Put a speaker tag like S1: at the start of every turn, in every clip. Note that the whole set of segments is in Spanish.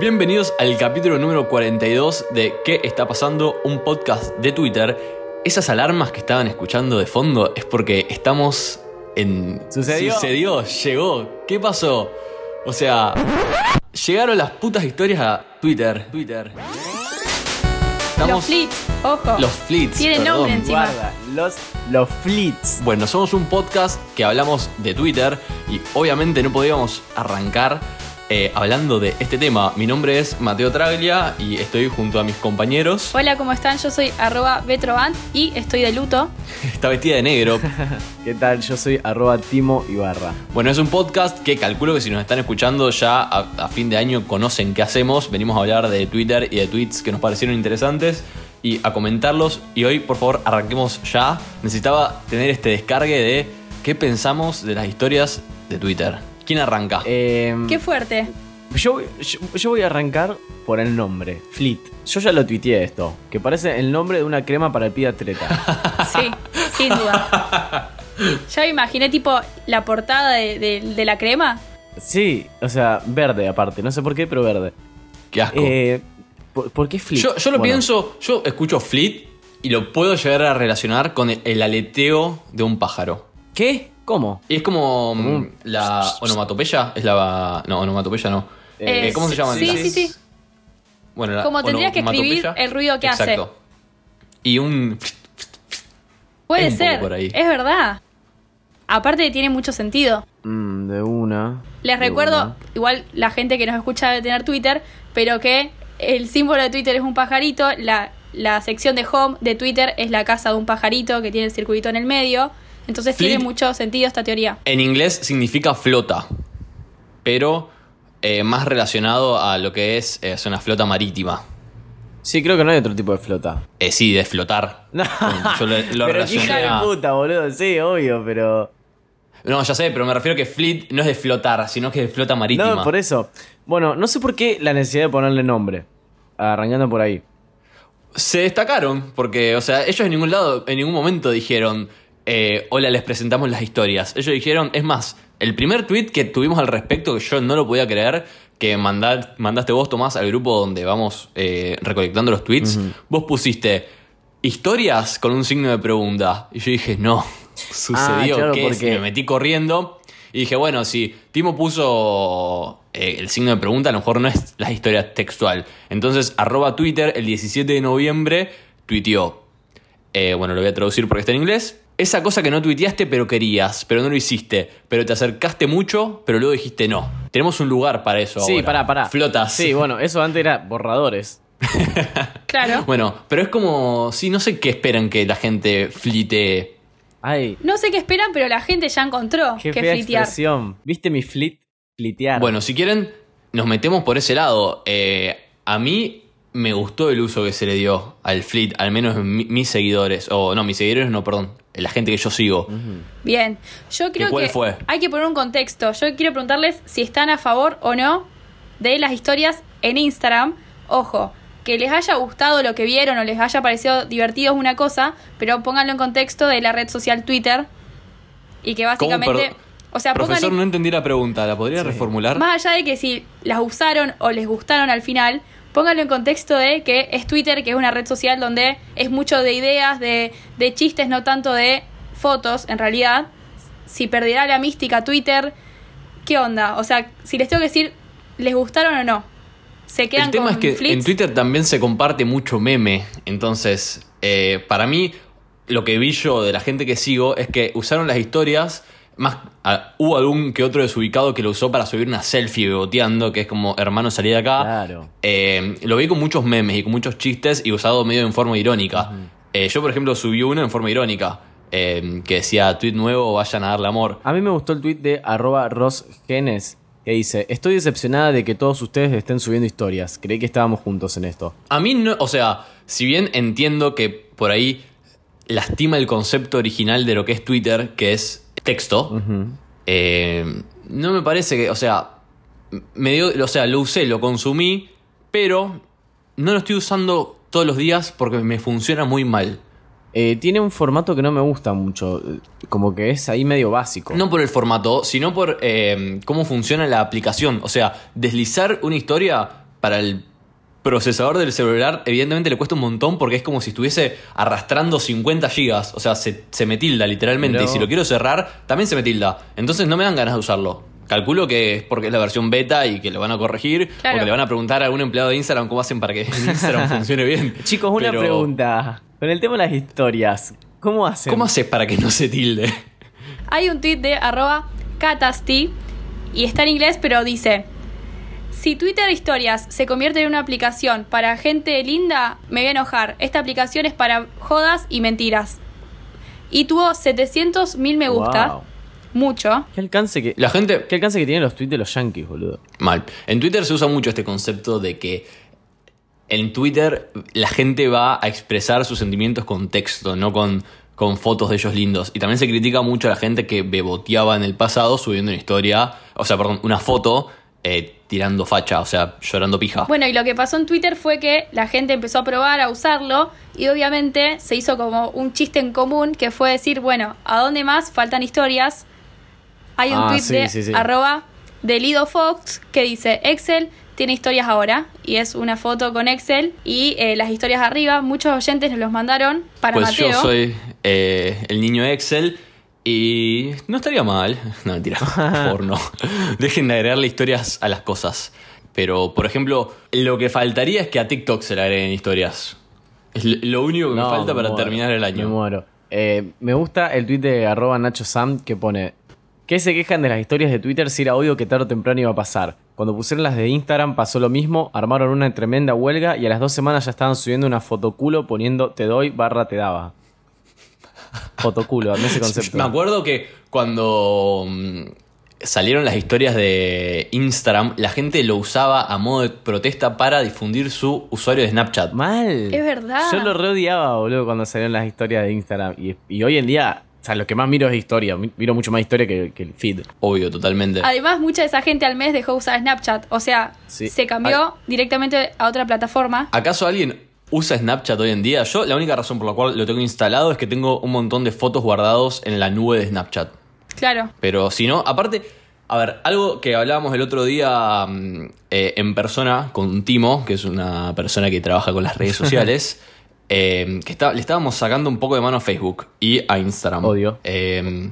S1: Bienvenidos al capítulo número 42 de ¿Qué está pasando? Un podcast de Twitter. Esas alarmas que estaban escuchando de fondo es porque estamos en...
S2: Sucedió.
S1: Sucedió, llegó. ¿Qué pasó? O sea, llegaron las putas historias a Twitter. Twitter.
S3: Los flits, ojo.
S1: Los flits.
S3: Tienen
S1: perdón.
S3: nombre encima.
S2: Guarda, los, los flits.
S1: Bueno, somos un podcast que hablamos de Twitter y obviamente no podíamos arrancar eh, hablando de este tema. Mi nombre es Mateo Traglia y estoy junto a mis compañeros.
S3: Hola, ¿cómo están? Yo soy arroba Betrovant y estoy de luto.
S1: Está vestida de negro.
S2: ¿Qué tal? Yo soy arroba Timo Ibarra.
S1: Bueno, es un podcast que calculo que si nos están escuchando ya a, a fin de año conocen qué hacemos. Venimos a hablar de Twitter y de tweets que nos parecieron interesantes y a comentarlos. Y hoy, por favor, arranquemos ya. Necesitaba tener este descargue de qué pensamos de las historias de Twitter. ¿Quién arranca?
S2: Eh,
S1: Mm.
S3: Qué fuerte.
S2: yo, yo, yo voy a arrancar por el nombre, Flit. Yo ya lo tuiteé esto, que parece el nombre de una crema para el pie atleta.
S3: Sí, sin duda. Ya me imaginé tipo la portada de, de- de la crema.
S2: sí, o sea, verde aparte, no sé por qué, pero verde.
S1: qué asco.
S2: Eh, ¿por, por qué Flit?
S1: Yo, yo lo
S2: Bueno,
S1: pienso, yo escucho Fleet y lo puedo llegar a relacionar con el, el aleteo de un pájaro.
S2: ¿Qué? ¿Cómo?
S1: Y es como mm,
S2: un-
S1: la onomatopeya, es la... No, onomatopeya no.
S3: Eh,
S1: Eh, ¿Cómo se
S3: sí,
S1: llaman?
S3: sí,
S1: Las-
S3: sí, sí.
S1: Bueno, la
S3: Como tendrías que escribir
S1: onomatopeya.
S3: el ruido que hace.
S1: Exacto. Y un...
S3: Puede
S1: Hay un poco
S3: ser.
S1: por ahí.
S3: Es verdad. Aparte tiene mucho sentido.
S2: Mm, de una.
S3: Les
S2: de
S3: recuerdo,
S2: una.
S3: igual la gente que nos escucha debe tener Twitter, pero que el símbolo de Twitter es un pajarito, la, la sección de home de Twitter es la casa de un pajarito que tiene el circulito en el medio. Entonces
S1: Flip.
S3: tiene mucho sentido esta teoría.
S1: En inglés significa flota, pero eh, más relacionado a lo que es, eh, es una flota marítima.
S2: Sí, creo que no hay otro tipo de flota.
S1: Eh, sí, de flotar. Yo lo, lo
S2: pero qué
S1: relacioné
S2: hija
S1: a-
S2: de puta, boludo. Sí, obvio, pero.
S1: No, ya sé, pero me refiero a que fleet no es de flotar, sino que es de flota marítima.
S2: No, por eso. Bueno, no sé por qué la necesidad de ponerle nombre. Arrancando por ahí.
S1: Se destacaron, porque, o sea, ellos en ningún lado, en ningún momento dijeron, eh, hola, les presentamos las historias. Ellos dijeron, es más, el primer tweet que tuvimos al respecto, que yo no lo podía creer, que mandar, mandaste vos, Tomás, al grupo donde vamos eh, recolectando los tweets, vos pusiste historias con un signo de pregunta. Y yo dije, no, sucedió,
S2: Ah, claro,
S1: ¿qué es?
S2: porque-
S1: Y me metí corriendo. Y dije, bueno, si Timo puso eh, el signo de pregunta, a lo mejor no es la historia textual. Entonces, arroba Twitter, el 17 de noviembre, tuiteó. Eh, bueno, lo voy a traducir porque está en inglés. Esa cosa que no tuiteaste pero querías, pero no lo hiciste, pero te acercaste mucho, pero luego dijiste no. Tenemos un lugar para eso.
S2: Sí,
S1: ahora.
S2: pará, pará.
S1: Flotas.
S2: Sí, bueno, eso antes era borradores.
S3: Claro.
S1: Bueno, pero es como, sí, no sé qué esperan que la gente flite.
S2: Ay,
S3: No sé qué esperan, pero la gente ya encontró
S2: qué
S3: que
S2: fea
S3: flitear.
S2: expresión. ¿Viste mi flit? Flitear.
S1: Bueno, si quieren, nos metemos por ese lado. Eh, a mí me gustó el uso que se le dio al flit, al menos mi- mis seguidores, o no, mis seguidores no, perdón, la gente que yo sigo.
S3: Bien. Yo creo
S1: cuál
S3: que
S1: fue?
S3: hay que poner un contexto. Yo quiero preguntarles si están a favor o no de las historias en Instagram. Ojo, que les haya gustado lo que vieron o les haya parecido divertido es una cosa, pero pónganlo en contexto de la red social Twitter. Y que básicamente.
S1: Perdón.
S3: O sea,
S1: Profesor,
S3: pónganle-
S1: no entendí la pregunta, ¿la podría reformular?
S3: Más allá de que si las usaron o les gustaron al final, pónganlo en contexto de que es Twitter, que es una red social donde es mucho de ideas, de, de chistes, no tanto de fotos, en realidad. Si perderá la mística Twitter, ¿qué onda? O sea, si les tengo que decir, ¿les gustaron o no? ¿Se quedan
S1: El tema
S3: con
S1: es que
S3: flits?
S1: en Twitter también se comparte mucho meme. Entonces, eh, para mí, lo que vi yo de la gente que sigo es que usaron las historias. Más, ah, hubo algún que otro desubicado que lo usó para subir una selfie beboteando, que es como hermano salí de acá.
S2: Claro.
S1: Eh, lo vi con muchos memes y con muchos chistes y usado medio en forma irónica. Eh, yo, por ejemplo, subí uno en forma irónica. eh, que decía tweet nuevo, vayan a darle amor.
S2: A mí me gustó el tweet de arroba rosgenes que dice, estoy decepcionada de que todos ustedes estén subiendo historias. Creí que estábamos juntos en esto.
S1: A mí no, o sea, si bien entiendo que por ahí lastima el concepto original de lo que es Twitter, que es texto, eh, no me parece que, o sea, me dio, o sea, lo usé, lo consumí, pero no lo estoy usando todos los días porque me funciona muy mal.
S2: Eh, tiene un formato que no me gusta mucho, eh, como que es ahí medio básico.
S1: No por el formato, sino por eh, cómo funciona la aplicación. O sea, deslizar una historia para el procesador del celular, evidentemente le cuesta un montón porque es como si estuviese arrastrando 50 gigas. O sea, se, se me tilda literalmente. Y
S2: Mirá
S1: si lo
S2: vos.
S1: quiero cerrar, también se me tilda. Entonces no me dan ganas de usarlo. Calculo que es porque es la versión beta y que lo van a corregir.
S3: Claro.
S1: O que le van a preguntar a algún empleado de Instagram cómo hacen para que Instagram funcione bien.
S2: Chicos, una
S1: Pero,
S2: pregunta. Con el tema de las historias, ¿cómo hacen?
S1: ¿Cómo haces para que no se tilde?
S3: Hay un tweet de arroba catasti y está en inglés, pero dice: Si Twitter historias se convierte en una aplicación para gente linda, me voy a enojar. Esta aplicación es para jodas y mentiras. Y tuvo 700 mil me gusta,
S2: Wow.
S3: mucho.
S2: ¿Qué alcance que,
S1: La gente
S2: qué alcance que tienen los tweets de los yankees, boludo?
S1: Mal. En Twitter se usa mucho este concepto de que en Twitter la gente va a expresar sus sentimientos con texto, no con, con fotos de ellos lindos. Y también se critica mucho a la gente que beboteaba en el pasado subiendo una historia, o sea, perdón, una foto eh, tirando facha, o sea, llorando pija.
S3: Bueno, y lo que pasó en Twitter fue que la gente empezó a probar, a usarlo, y obviamente se hizo como un chiste en común que fue decir, bueno, ¿a dónde más faltan historias? Hay un
S2: Ah,
S3: tweet
S2: sí,
S3: de
S2: sí, sí.
S3: arroba de Lido Fox que dice Excel tiene historias ahora y es una foto con Excel y eh, las historias arriba. Muchos oyentes nos los mandaron para
S1: pues
S3: Mateo.
S1: yo soy eh, el niño Excel y no estaría mal. No, mentira, por favor, no. Dejen de agregarle historias a las cosas. Pero, por ejemplo, lo que faltaría es que a TikTok se le agreguen historias. Es l- lo único que
S2: No,
S1: me falta para
S2: muero,
S1: terminar el
S2: Me
S1: año.
S2: muero. Eh, me gusta el tweet de arroba Nacho Sam que pone. ¿Qué se quejan de las historias de Twitter si era obvio que tarde o temprano iba a pasar? Cuando pusieron las de Instagram pasó lo mismo, armaron una tremenda huelga y a las dos semanas ya estaban subiendo una fotoculo poniendo te doy barra te daba. Fotoculo, dame ese concepto.
S1: Me acuerdo que cuando mm, salieron las historias de Instagram, la gente lo usaba a modo de protesta para difundir su usuario de Snapchat.
S2: Mal.
S3: Es verdad.
S2: Yo lo reodiaba, boludo, cuando salieron las historias de Instagram. Y, y hoy en día, o sea, lo que más miro es historia. Mi- Miro mucho más historia que, que el feed.
S1: Obvio, totalmente.
S3: Además, mucha de esa gente al mes dejó de usar Snapchat, o sea,
S2: Sí.
S3: se cambió directamente a otra plataforma.
S1: ¿Acaso alguien usa Snapchat hoy en día? Yo la única razón por la cual lo tengo instalado es que tengo un montón de fotos guardados en la nube de Snapchat.
S3: Claro.
S1: Pero si no, aparte, a ver, algo que hablábamos el otro día mm, eh, en persona con Timo, que es una persona que trabaja con las redes sociales, eh, que está- le estábamos sacando un poco de mano a Facebook y a Instagram.
S2: Odio.
S1: Eh,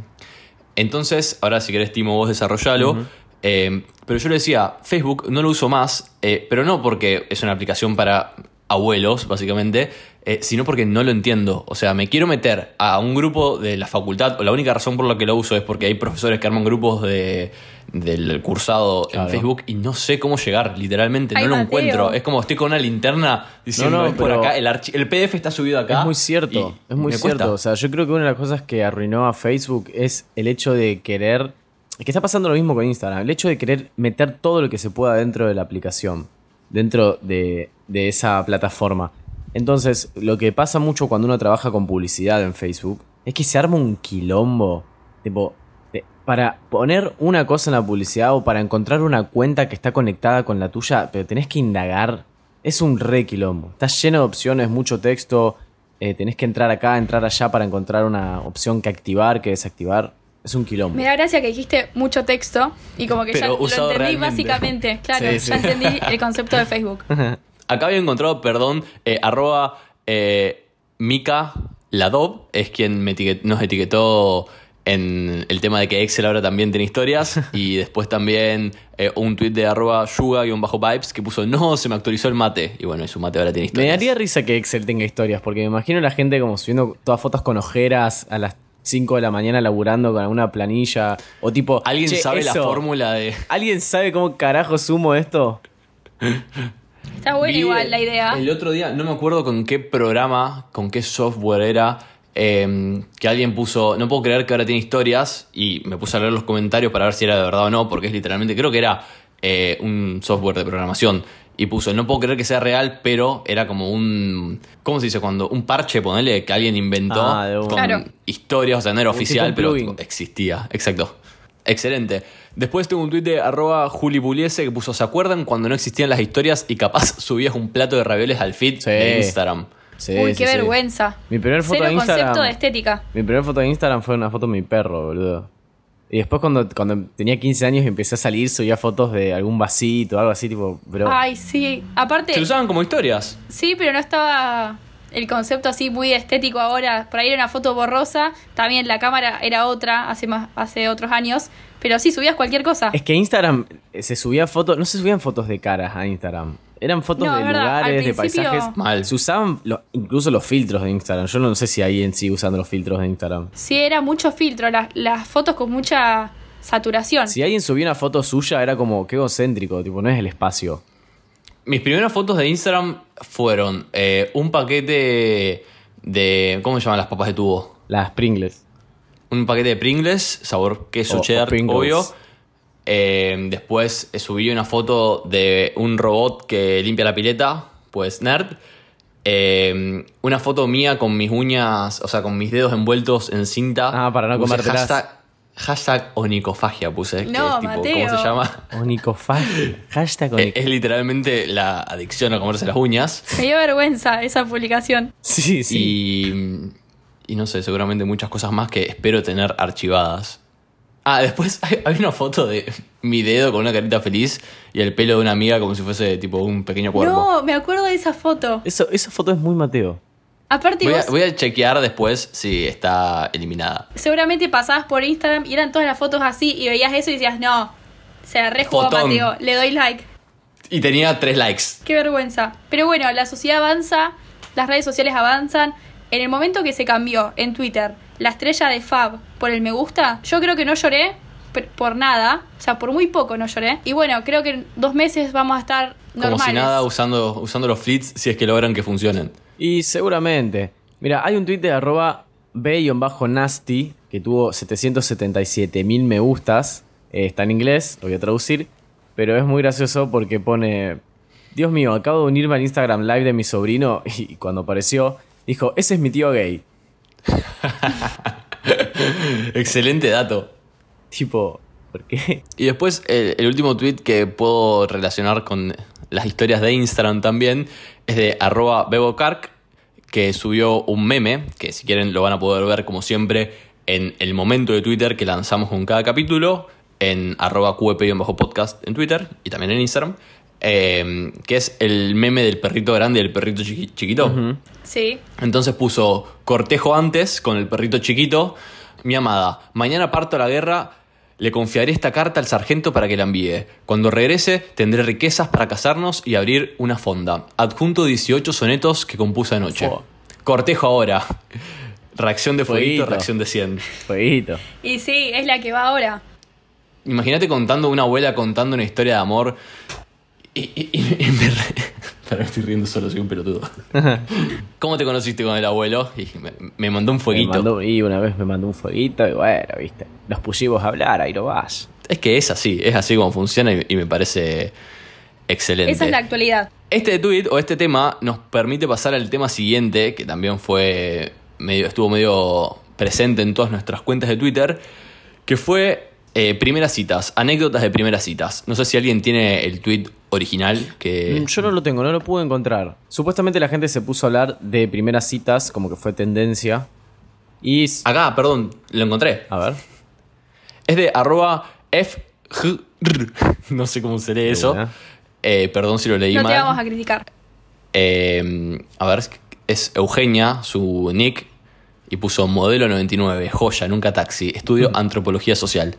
S1: entonces, ahora si querés, Timo, vos desarrollalo. Eh, pero yo le decía, Facebook no lo uso más, eh, pero no porque es una aplicación para abuelos, básicamente, eh, sino porque no lo entiendo. O sea, me quiero meter a un grupo de la facultad, o la única razón por la que lo uso es porque hay profesores que arman grupos de, del cursado
S2: Claro.
S1: en Facebook y no sé cómo llegar, literalmente,
S3: Ay,
S1: no lo
S3: Mateo.
S1: encuentro. Es como estoy con una linterna diciendo,
S2: No, no,
S1: "Es por
S2: pero-
S1: acá, el, archi- el PDF está subido acá.
S2: Es muy cierto,
S1: y
S2: es muy
S1: me
S2: cierto.
S1: cuesta.
S2: O sea, yo creo que una de las cosas que arruinó a Facebook es el hecho de querer. Que está pasando lo mismo con Instagram. El hecho de querer meter todo lo que se pueda dentro de la aplicación, dentro de, de esa plataforma. Entonces, lo que pasa mucho cuando uno trabaja con publicidad en Facebook es que se arma un quilombo. Tipo, de- Eh, para poner una cosa en la publicidad o para encontrar una cuenta que está conectada con la tuya, pero tenés que indagar. Es un re quilombo. Está lleno de opciones, mucho texto. eh, tenés que entrar acá, entrar allá para encontrar una opción que activar, que desactivar. Es un quilombo.
S3: Me da gracia que dijiste mucho texto y como que
S1: Pero
S3: ya lo
S1: usado
S3: entendí
S1: realmente.
S3: básicamente. Claro,
S2: Sí, sí.
S3: ya entendí el concepto de Facebook.
S1: Acá había encontrado, perdón, eh, arroba eh, Mika Ladob, es quien me etiquet- nos etiquetó en el tema de que Excel ahora también tiene historias. y después también eh, un tweet de arroba yuga-vibes que puso, no, se me actualizó el mate. Y bueno, y su mate ahora tiene
S2: Me
S1: historias.
S2: daría risa que Excel tenga historias, porque me imagino la gente como subiendo todas fotos con ojeras a las 5 de la mañana laburando con alguna planilla. O tipo.
S1: ¿Alguien
S2: "Che,
S1: sabe la
S2: eso,
S1: fórmula de...?
S2: ¿Alguien sabe cómo carajo sumo esto?
S3: Está buena
S1: Vi
S3: igual la idea.
S1: El otro día, no me acuerdo con qué programa, con qué software era, eh, que alguien puso, no puedo creer que ahora tiene historias, y me puse a leer los comentarios para ver si era de verdad o no, porque es literalmente, creo que era eh, un software de programación, y puso, no puedo creer que sea real, pero era como un, ¿cómo se dice cuando? Un parche, ponele, que alguien inventó
S2: Ah, de una.
S1: con
S3: Claro.
S1: historias, o sea, no era
S2: Como si
S1: oficial,
S2: fuera un
S1: pero
S2: plugin.
S1: tipo, existía, exacto. Excelente. Después tengo un tuit de arroba Juli Puliese que puso, ¿se acuerdan cuando no existían las historias y capaz subías un plato de ravioles al feed
S2: Sí.
S1: de Instagram?
S2: Sí,
S3: Uy,
S2: sí,
S3: qué
S2: sí.
S3: vergüenza.
S2: Mi primer foto
S3: Cero
S2: de Instagram.
S3: concepto de este estética.
S2: Mi primera foto de Instagram fue una foto de mi perro, boludo. Y después cuando, cuando tenía 15 años y empecé a salir, subía fotos de algún vasito, algo así, tipo, bro.
S3: Ay, sí. Aparte,
S1: Se usaban como historias.
S3: sí, pero no estaba el concepto así muy estético ahora. Por ahí era una foto borrosa. También la cámara era otra hace, más, hace otros años. Pero sí, subías cualquier cosa.
S2: Es que Instagram eh, se subía fotos, no se subían fotos de caras a Instagram. Eran fotos
S3: No,
S2: de
S3: es verdad. Al
S2: lugares, de
S3: principio-
S2: paisajes.
S1: Mal.
S2: Se usaban los- incluso los filtros de Instagram. Yo no sé si ahí en sí usando los filtros de Instagram.
S3: Sí, era mucho filtro. las- las fotos con mucha saturación.
S2: Si alguien subía una foto suya, era como, qué egocéntrico, tipo, no es el espacio.
S1: Mis primeras fotos de Instagram fueron eh, un paquete de... ¿Cómo se llaman las papas de tubo?
S2: Las Pringles.
S1: Un paquete de Pringles, sabor queso
S2: O- o
S1: cheddar,
S2: Oh, Pringles.
S1: obvio. Eh, después eh, subí una foto de un robot que limpia la pileta, pues nerd. Eh, una foto mía con mis uñas, o sea, con mis dedos envueltos en cinta.
S2: Ah, para no
S1: Puse
S2: comértelas.
S1: hashtag, hashtag onicofagia puse, que
S3: No,
S1: es tipo, ¿cómo
S3: Mateo.
S1: se llama?
S2: Onicofagia. Hashtag
S1: Eh,
S2: onicofagia.
S1: es literalmente la adicción a comerse las uñas.
S3: Me dio vergüenza esa publicación.
S2: Sí, sí.
S1: Y, y no sé, seguramente muchas cosas más que espero tener archivadas. Ah, después hay, hay una foto de mi dedo con una carita feliz y el pelo de una amiga como si fuese tipo un pequeño cuervo.
S3: No, me acuerdo de esa foto.
S2: Eso, esa foto es muy Mateo.
S3: Aparte,
S1: Voy a,
S3: vos
S1: voy a chequear después si está eliminada.
S3: seguramente pasabas por Instagram y eran todas las fotos así y veías eso y decías, no, se rejugó
S1: Fotón.
S3: Mateo, le doy like.
S1: Y tenía tres likes.
S3: Qué vergüenza. Pero bueno, la sociedad avanza, las redes sociales avanzan. En el momento que se cambió en Twitter la estrella de Fab por el me gusta, yo creo que no lloré per- por nada, o sea, por muy poco no lloré. Y bueno, creo que en dos meses vamos a estar normales.
S1: Como si nada usando, usando los flits si es que logran que funcionen.
S2: Y seguramente. Mira, hay un tweet de arroba b-nasty que tuvo 777 mil me gustas. Eh, está en inglés, lo voy a traducir. Pero es muy gracioso porque pone... Dios mío, acabo de unirme al Instagram Live de mi sobrino y cuando apareció dijo, ese es mi tío gay.
S1: Excelente dato.
S2: Tipo, ¿por qué?
S1: Y después el, el último tweet que puedo relacionar con las historias de Instagram también es de arroba bebocarc, que subió un meme, que si quieren lo van a poder ver como siempre en el momento de Twitter que lanzamos con cada capítulo, en arroba qep-podcast en Twitter y también en Instagram, eh, que es el meme del perrito grande y el perrito chiqui- chiquito.
S3: Sí.
S1: Entonces puso cortejo antes con el perrito chiquito. Mi amada, mañana parto a la guerra. Le confiaré esta carta al sargento para que la envíe. Cuando regrese, tendré riquezas para casarnos y abrir una fonda. Adjunto 18 sonetos que compuse anoche.
S2: Fua.
S1: Cortejo ahora. Reacción de fueguito,
S2: Fueguito.
S1: reacción de 100.
S2: Fueguito.
S3: Y sí, es la que va ahora.
S1: Imagínate contando una abuela contando una historia de amor. Y, y- y- y me re- Para, me estoy riendo solo, soy un pelotudo. ¿Cómo te conociste con el abuelo? Y me, me mandó un
S2: Me
S1: fueguito.
S2: mandó- y una vez me mandó un fueguito y bueno, viste. Nos pusimos a hablar, ahí lo vas.
S1: Es que es así, es así como funciona y, y me parece excelente.
S3: Esa es la actualidad.
S1: Este tweet o este tema nos permite pasar al tema siguiente, que también fue medio, estuvo medio presente en todas nuestras cuentas de Twitter, que fue eh, primeras citas, anécdotas de primeras citas. No sé si alguien tiene el tweet original que
S2: Mm, Yo no lo tengo, no lo pude encontrar. Supuestamente la gente se puso a hablar de primeras citas, como que fue tendencia. Y. s-
S1: acá, perdón, lo encontré.
S2: A ver.
S1: Es de arroba FGR. No sé cómo se lee eso.
S2: buena.
S1: Eh, perdón si lo leí
S3: No
S1: mal.
S3: te vamos a criticar.
S1: Eh, a ver, es Eugenia, su nick, y puso modelo 99, joya, nunca taxi, estudio
S2: Mm.
S1: antropología social.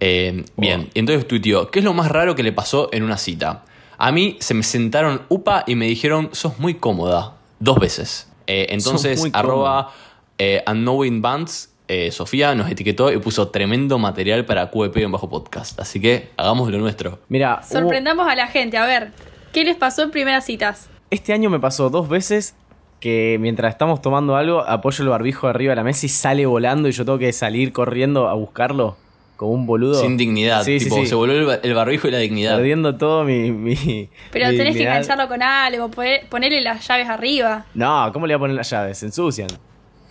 S1: Eh, bien, y entonces tuiteó, ¿qué es lo más raro que le pasó en una cita? A mí se me sentaron upa y me dijeron, sos muy cómoda, dos veces. Eh, entonces,
S2: muy cómoda.
S1: arroba eh, unknowing bands, eh, Sofía nos etiquetó y puso tremendo material para QEP en bajo podcast. Así que hagamos lo nuestro.
S2: Mira, hubo-
S3: Sorprendamos a la gente. A ver, ¿qué les pasó en primeras citas?
S2: este año me pasó dos veces que mientras estamos tomando algo, apoyo el barbijo arriba de la mesa y sale volando y yo tengo que salir corriendo a buscarlo como un boludo.
S1: Sin dignidad.
S2: Sí, sí,
S1: tipo,
S2: sí.
S1: se volvió el, ba- el barbijo y la dignidad.
S2: Perdiendo todo mi. mi-
S3: Pero
S2: mi
S3: tenés que
S2: dignidad.
S3: engancharlo con algo, poner- ponerle las llaves arriba,
S2: No, ¿cómo le voy a poner las llaves? Se ensucian.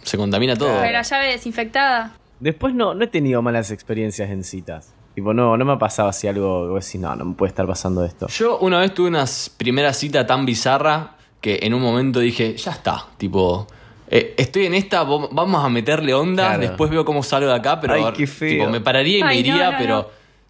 S1: Se contamina todo.
S3: poner la llave desinfectada.
S2: Después no, no he tenido malas experiencias en citas. Tipo, no, no me ha pasado así algo. que vos decís, no, no me puede estar pasando esto.
S1: Yo una vez tuve una s- primera cita tan bizarra que en un momento dije, ya está, tipo, eh, estoy en esta, vo- vamos a meterle onda,
S2: Claro.
S1: después veo cómo salgo de acá, pero
S2: Ay, qué feo.
S1: tipo, me pararía y me
S3: Ay, no,
S1: iría,
S3: no,
S1: pero
S3: no.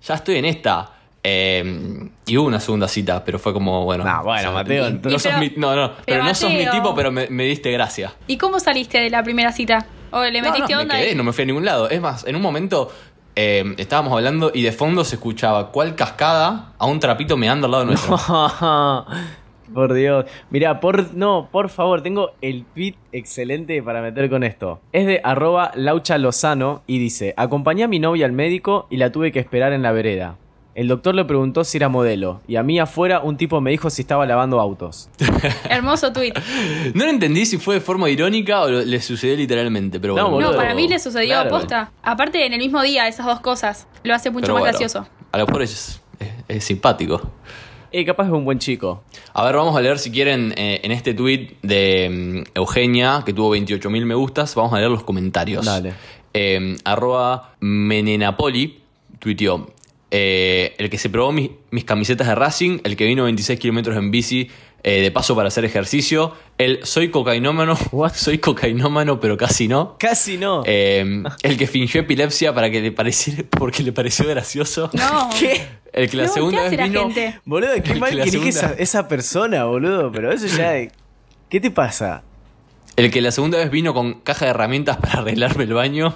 S1: ya estoy en esta. Eh, y hubo una segunda cita, pero fue como, bueno.
S2: Nah, bueno, Mateo,
S1: no,
S2: entonces-
S1: sos
S3: Pero-
S1: mi, no, no, pero,
S3: pero
S1: no sos mi
S3: Mateo.
S1: tipo, pero me, me diste gracia.
S3: ¿Y cómo saliste de la primera cita? ¿O le
S1: No,
S3: metiste
S1: no,
S3: onda?
S1: Me quedé,
S3: y-
S1: no me fui a ningún lado. Es más, en un momento eh, estábamos hablando y de fondo se escuchaba cuál cascada a un trapito meando al lado nuestro.
S2: por Dios. Mirá, por, no, por favor, tengo el tweet excelente para meter con esto. Es de arroba laucha lozano y dice, acompañé a mi novia al médico y la tuve que esperar en la vereda. El doctor le preguntó si era modelo y a mí afuera un tipo me dijo si estaba lavando autos.
S3: Hermoso tuit.
S1: No lo entendí si fue de forma irónica o lo- le sucedió literalmente, pero
S2: No,
S1: bueno.
S2: boludo.
S3: No, para mí le sucedió
S2: Claro.
S3: aposta. Aparte, en el mismo día, esas dos cosas. Lo hace mucho
S1: Pero
S3: más
S1: bueno,
S3: gracioso.
S1: A lo mejor es, es- es simpático.
S2: Eh, capaz es un buen chico.
S1: A ver, vamos a leer si quieren eh, en este tweet de mm, Eugenia, que tuvo 28.000 me gustas, vamos a leer los comentarios.
S2: Dale.
S1: Eh, arroba Menenapoli tuiteó. eh, el que se probó mis, mis camisetas de Racing, el que vino 26 kilómetros en bici eh, de paso para hacer ejercicio, el soy cocainómano, soy cocainómano pero casi no.
S2: Casi no.
S1: Eh, el que fingió epilepsia para que le pareciera, porque le pareció gracioso.
S3: No.
S1: El que la
S3: No,
S1: segunda
S3: ¿qué hace
S1: vez
S3: la
S1: vino.
S3: gente?
S2: Boludo, qué
S1: El
S2: mal
S1: que la
S2: que elige esa,
S1: segunda-
S2: esa persona, boludo. Pero eso ya... de- ¿Qué te pasa?
S1: El que la segunda vez vino con caja de herramientas para arreglarme el baño.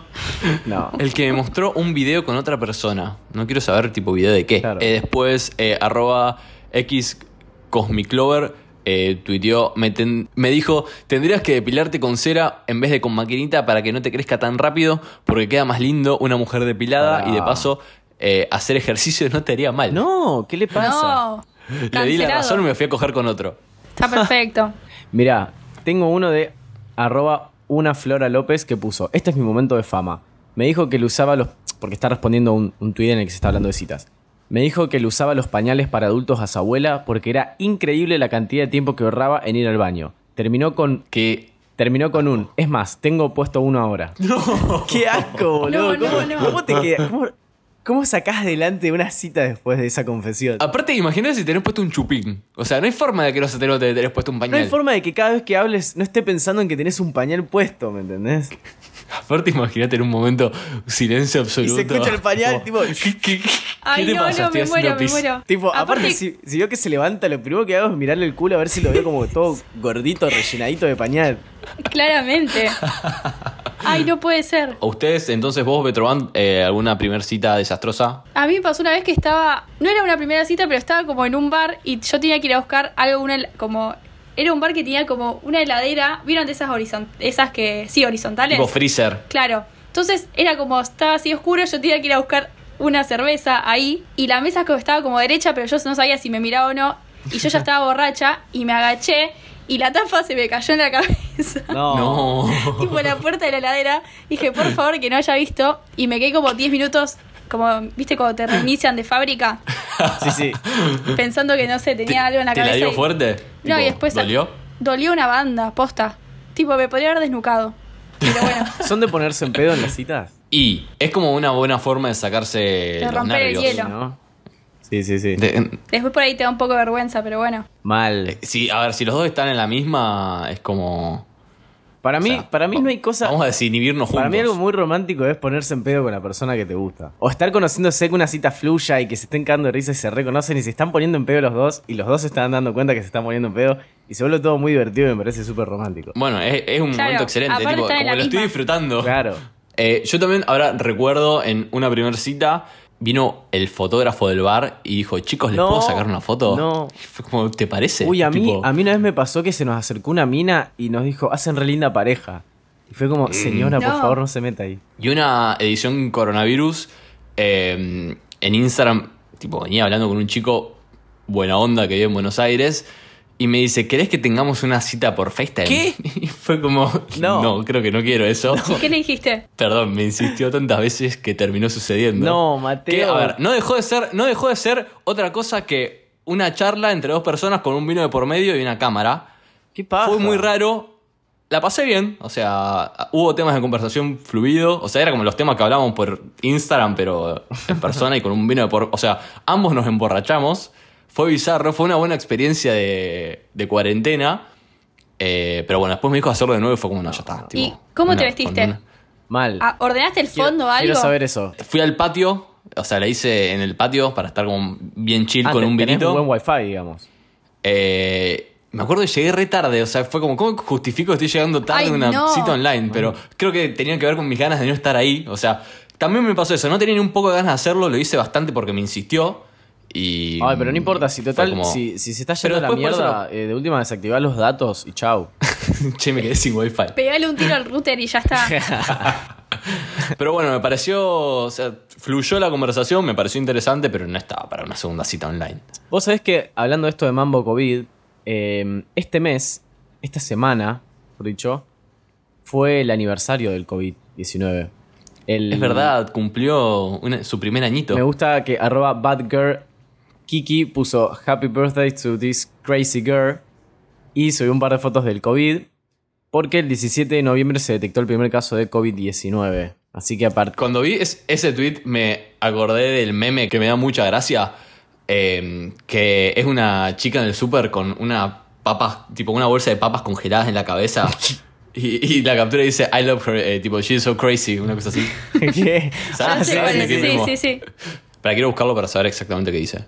S2: No.
S1: El que me mostró un video con otra persona. No quiero saber tipo video de qué.
S2: Claro.
S1: Eh, después, eh, arroba X Cosmiclover eh, tuiteó, me, ten- me dijo, tendrías que depilarte con cera en vez de con maquinita para que no te crezca tan rápido, porque queda más lindo una mujer depilada
S2: Pará.
S1: y de paso eh, hacer ejercicio no te haría mal.
S2: Ah. No, ¿qué le pasa?
S3: No.
S1: Le di la
S3: Cancelado.
S1: razón y me fui a coger con otro.
S3: Está perfecto.
S2: Mirá, tengo uno de arroba una Flora López que puso, este es mi momento de fama. Me dijo que le usaba los... porque está respondiendo a un, un tweet en el que se está hablando de citas. Me dijo que le usaba los pañales para adultos a su abuela porque era increíble la cantidad de tiempo que ahorraba en ir al baño. Terminó con...
S1: Que
S2: Terminó con un... Es más, tengo puesto uno ahora. ¡Qué asco, boludo!
S3: No, no,
S2: ¿Cómo,
S3: no.
S2: cómo te queda- cómo- cómo sacás adelante una cita después de esa confesión?
S1: aparte imagínate si tenés puesto un chupín. O sea, no hay forma de que no se te note que tenés puesto un
S2: No
S1: pañal.
S2: hay forma de que cada vez que hables no esté pensando en que tenés un pañal puesto, ¿me entendés?
S1: Aparte imagínate en un momento silencio absoluto.
S2: escucha el pañal,
S1: Como,
S2: tipo,
S1: ¿Qué, qué- qué
S3: Ay,
S1: te
S3: no,
S1: pasa?
S3: no,
S1: Estoy
S3: me
S1: haciendo
S3: muero, me
S1: pis.
S3: muero.
S2: Tipo, aparte, si, si veo que se levanta, lo primero que hago es mirarle el culo a ver si lo veo como todo gordito, rellenadito de pañal.
S3: Claramente. Ay, no puede ser.
S1: ¿A ustedes, entonces vos, Betroban, eh, alguna primer cita desastrosa?
S3: A mí me pasó una vez que estaba, no era una primera cita, pero estaba como en un bar y yo tenía que ir a buscar algo, una, hel- como, era un bar que tenía como una heladera, ¿vieron de esas horizon- esas que, sí, horizontales?
S1: Tipo freezer.
S3: Claro. Entonces era como, estaba así oscuro, yo tenía que ir a buscar una cerveza ahí y la mesa co- estaba como derecha, pero yo no sabía si me miraba o no y yo ya estaba borracha y me agaché y la tapa se me cayó en la cabeza.
S1: No.
S3: tipo en la puerta de la heladera. Dije, por favor, que no haya visto. Y me quedé como 10 minutos, como, viste, cuando te reinician de fábrica,
S2: Sí, sí.
S3: pensando que, no sé, tenía algo en la
S1: ¿Te
S3: cabeza.
S1: la dio
S3: y-
S1: fuerte?
S3: No,
S1: Tipo,
S3: y después.
S1: ¿Dolió?
S3: Dolió una banda, posta. Tipo, me podría haber desnucado. Pero bueno,
S2: ¿Son de ponerse en pedo en las citas?
S1: Y es como una buena forma de sacarse
S3: De
S1: los
S3: romper el
S1: nervios.
S3: hielo.
S2: ¿No? Sí, sí, sí.
S1: De-
S3: después por ahí te da un poco de vergüenza, pero bueno.
S2: Mal.
S1: si- a ver, si los dos están en la misma, es como...
S2: Para mí,
S1: o sea,
S2: para mí no hay cosa...
S1: Vamos a desinhibirnos juntos.
S2: Para mí algo muy romántico es ponerse en pedo con la persona que te gusta. O estar conociéndose que una cita fluya y que se estén cagando de risa y se reconocen y se están poniendo en pedo los dos y los dos se están dando cuenta que se están poniendo en pedo y se vuelve todo muy divertido y me parece súper romántico.
S1: Bueno, es, es un
S3: Claro,
S1: momento excelente,
S3: aparte
S1: tipo,
S3: está en
S1: como
S3: la
S1: lo estoy
S3: misma.
S1: disfrutando.
S2: Claro.
S1: Eh, yo también ahora recuerdo en una primera cita, vino el fotógrafo del bar y dijo, chicos, ¿les
S2: No,
S1: puedo sacar una foto?
S2: no.
S1: Y Fue como, ¿te parece?
S2: Uy, a mí,
S1: Tipo,
S2: a mí una vez me pasó que se nos acercó una mina y nos dijo, hacen re linda pareja. Y fue
S1: Mm.
S2: como, señora, por
S3: No.
S2: favor, no se meta ahí.
S1: Y una edición coronavirus eh, en Instagram, tipo, venía hablando con un chico buena onda que vive en Buenos Aires y me dice, ¿querés que tengamos una cita por FaceTime?
S2: ¿Qué?
S1: Y fue como,
S2: No.
S1: no, creo que no quiero eso.
S3: ¿Qué le dijiste?
S1: Perdón, me insistió tantas veces que terminó sucediendo.
S2: No, Mateo.
S1: Que, a ver, no dejó de ser, no dejó de ser otra cosa que una charla entre dos personas con un vino de por medio y una cámara.
S2: ¿Qué pasa?
S1: Fue muy raro. La pasé bien, o sea, hubo temas de conversación fluido, o sea, era como los temas que hablábamos por Instagram, pero en persona y con un vino de por... O sea, ambos nos emborrachamos, fue bizarro, fue una buena experiencia de, de cuarentena, eh, pero bueno, después me dijo hacerlo de nuevo y fue como, no, ya está.
S3: ¿Y
S1: tipo,
S3: cómo te
S1: una-
S3: vestiste?
S1: con una-
S2: Mal.
S3: Ah, ¿Ordenaste el
S2: Quiero-
S3: fondo o algo?
S2: Quiero saber eso.
S1: Fui al patio, o sea, la hice en el patio para estar como bien chill
S2: Ah,
S1: con un
S2: tenés
S1: vinito.
S2: buen wifi, digamos.
S1: Eh, me acuerdo que llegué re tarde, o sea, fue como, ¿cómo justifico que estoy llegando tarde
S3: Ay,
S1: a una
S3: no.
S1: cita online?
S2: Mm.
S1: Pero creo que tenía que ver con mis ganas de no estar ahí, o sea, también me pasó eso, no tenía ni un poco de ganas de hacerlo, lo hice bastante porque me insistió y... mm,
S2: Ay, pero no importa, si
S1: fue
S2: total,
S1: como,
S2: si, si se está
S1: Pero
S2: yendo a la
S1: después por eso
S2: mierda, eh, de última desactivar los datos y chau.
S1: che, me quedé sin wifi.
S3: Pegale un tiro al router y ya está.
S1: Pero bueno, me pareció, o sea, fluyó la conversación, me pareció interesante, pero no estaba para una segunda cita online.
S2: Vos sabés que, hablando de esto de Mambo COVID, eh, este mes, esta semana, por dicho, fue el aniversario del COVID-19. El-
S1: Es verdad, cumplió una- su primer añito.
S2: Me gusta que arroba badgirl Kiki puso Happy Birthday to this crazy girl y subió un par de fotos del COVID porque el 17 de noviembre se detectó el primer caso de COVID-19. Así que aparte...
S1: Cuando vi es- ese tweet me acordé del meme que me da mucha gracia, eh, que es una chica en el súper con una papa, tipo una bolsa de papas congeladas en la cabeza. Y, y la captura dice, I love her, eh, tipo, she's so crazy, una cosa así.
S2: ¿Qué?
S3: Ya
S1: Ah,
S3: sé
S1: sí,
S3: cuál
S1: sí,
S3: es.
S1: que
S3: sí,
S1: mismo.
S3: sí, sí.
S1: Pero quiero buscarlo para saber exactamente qué dice.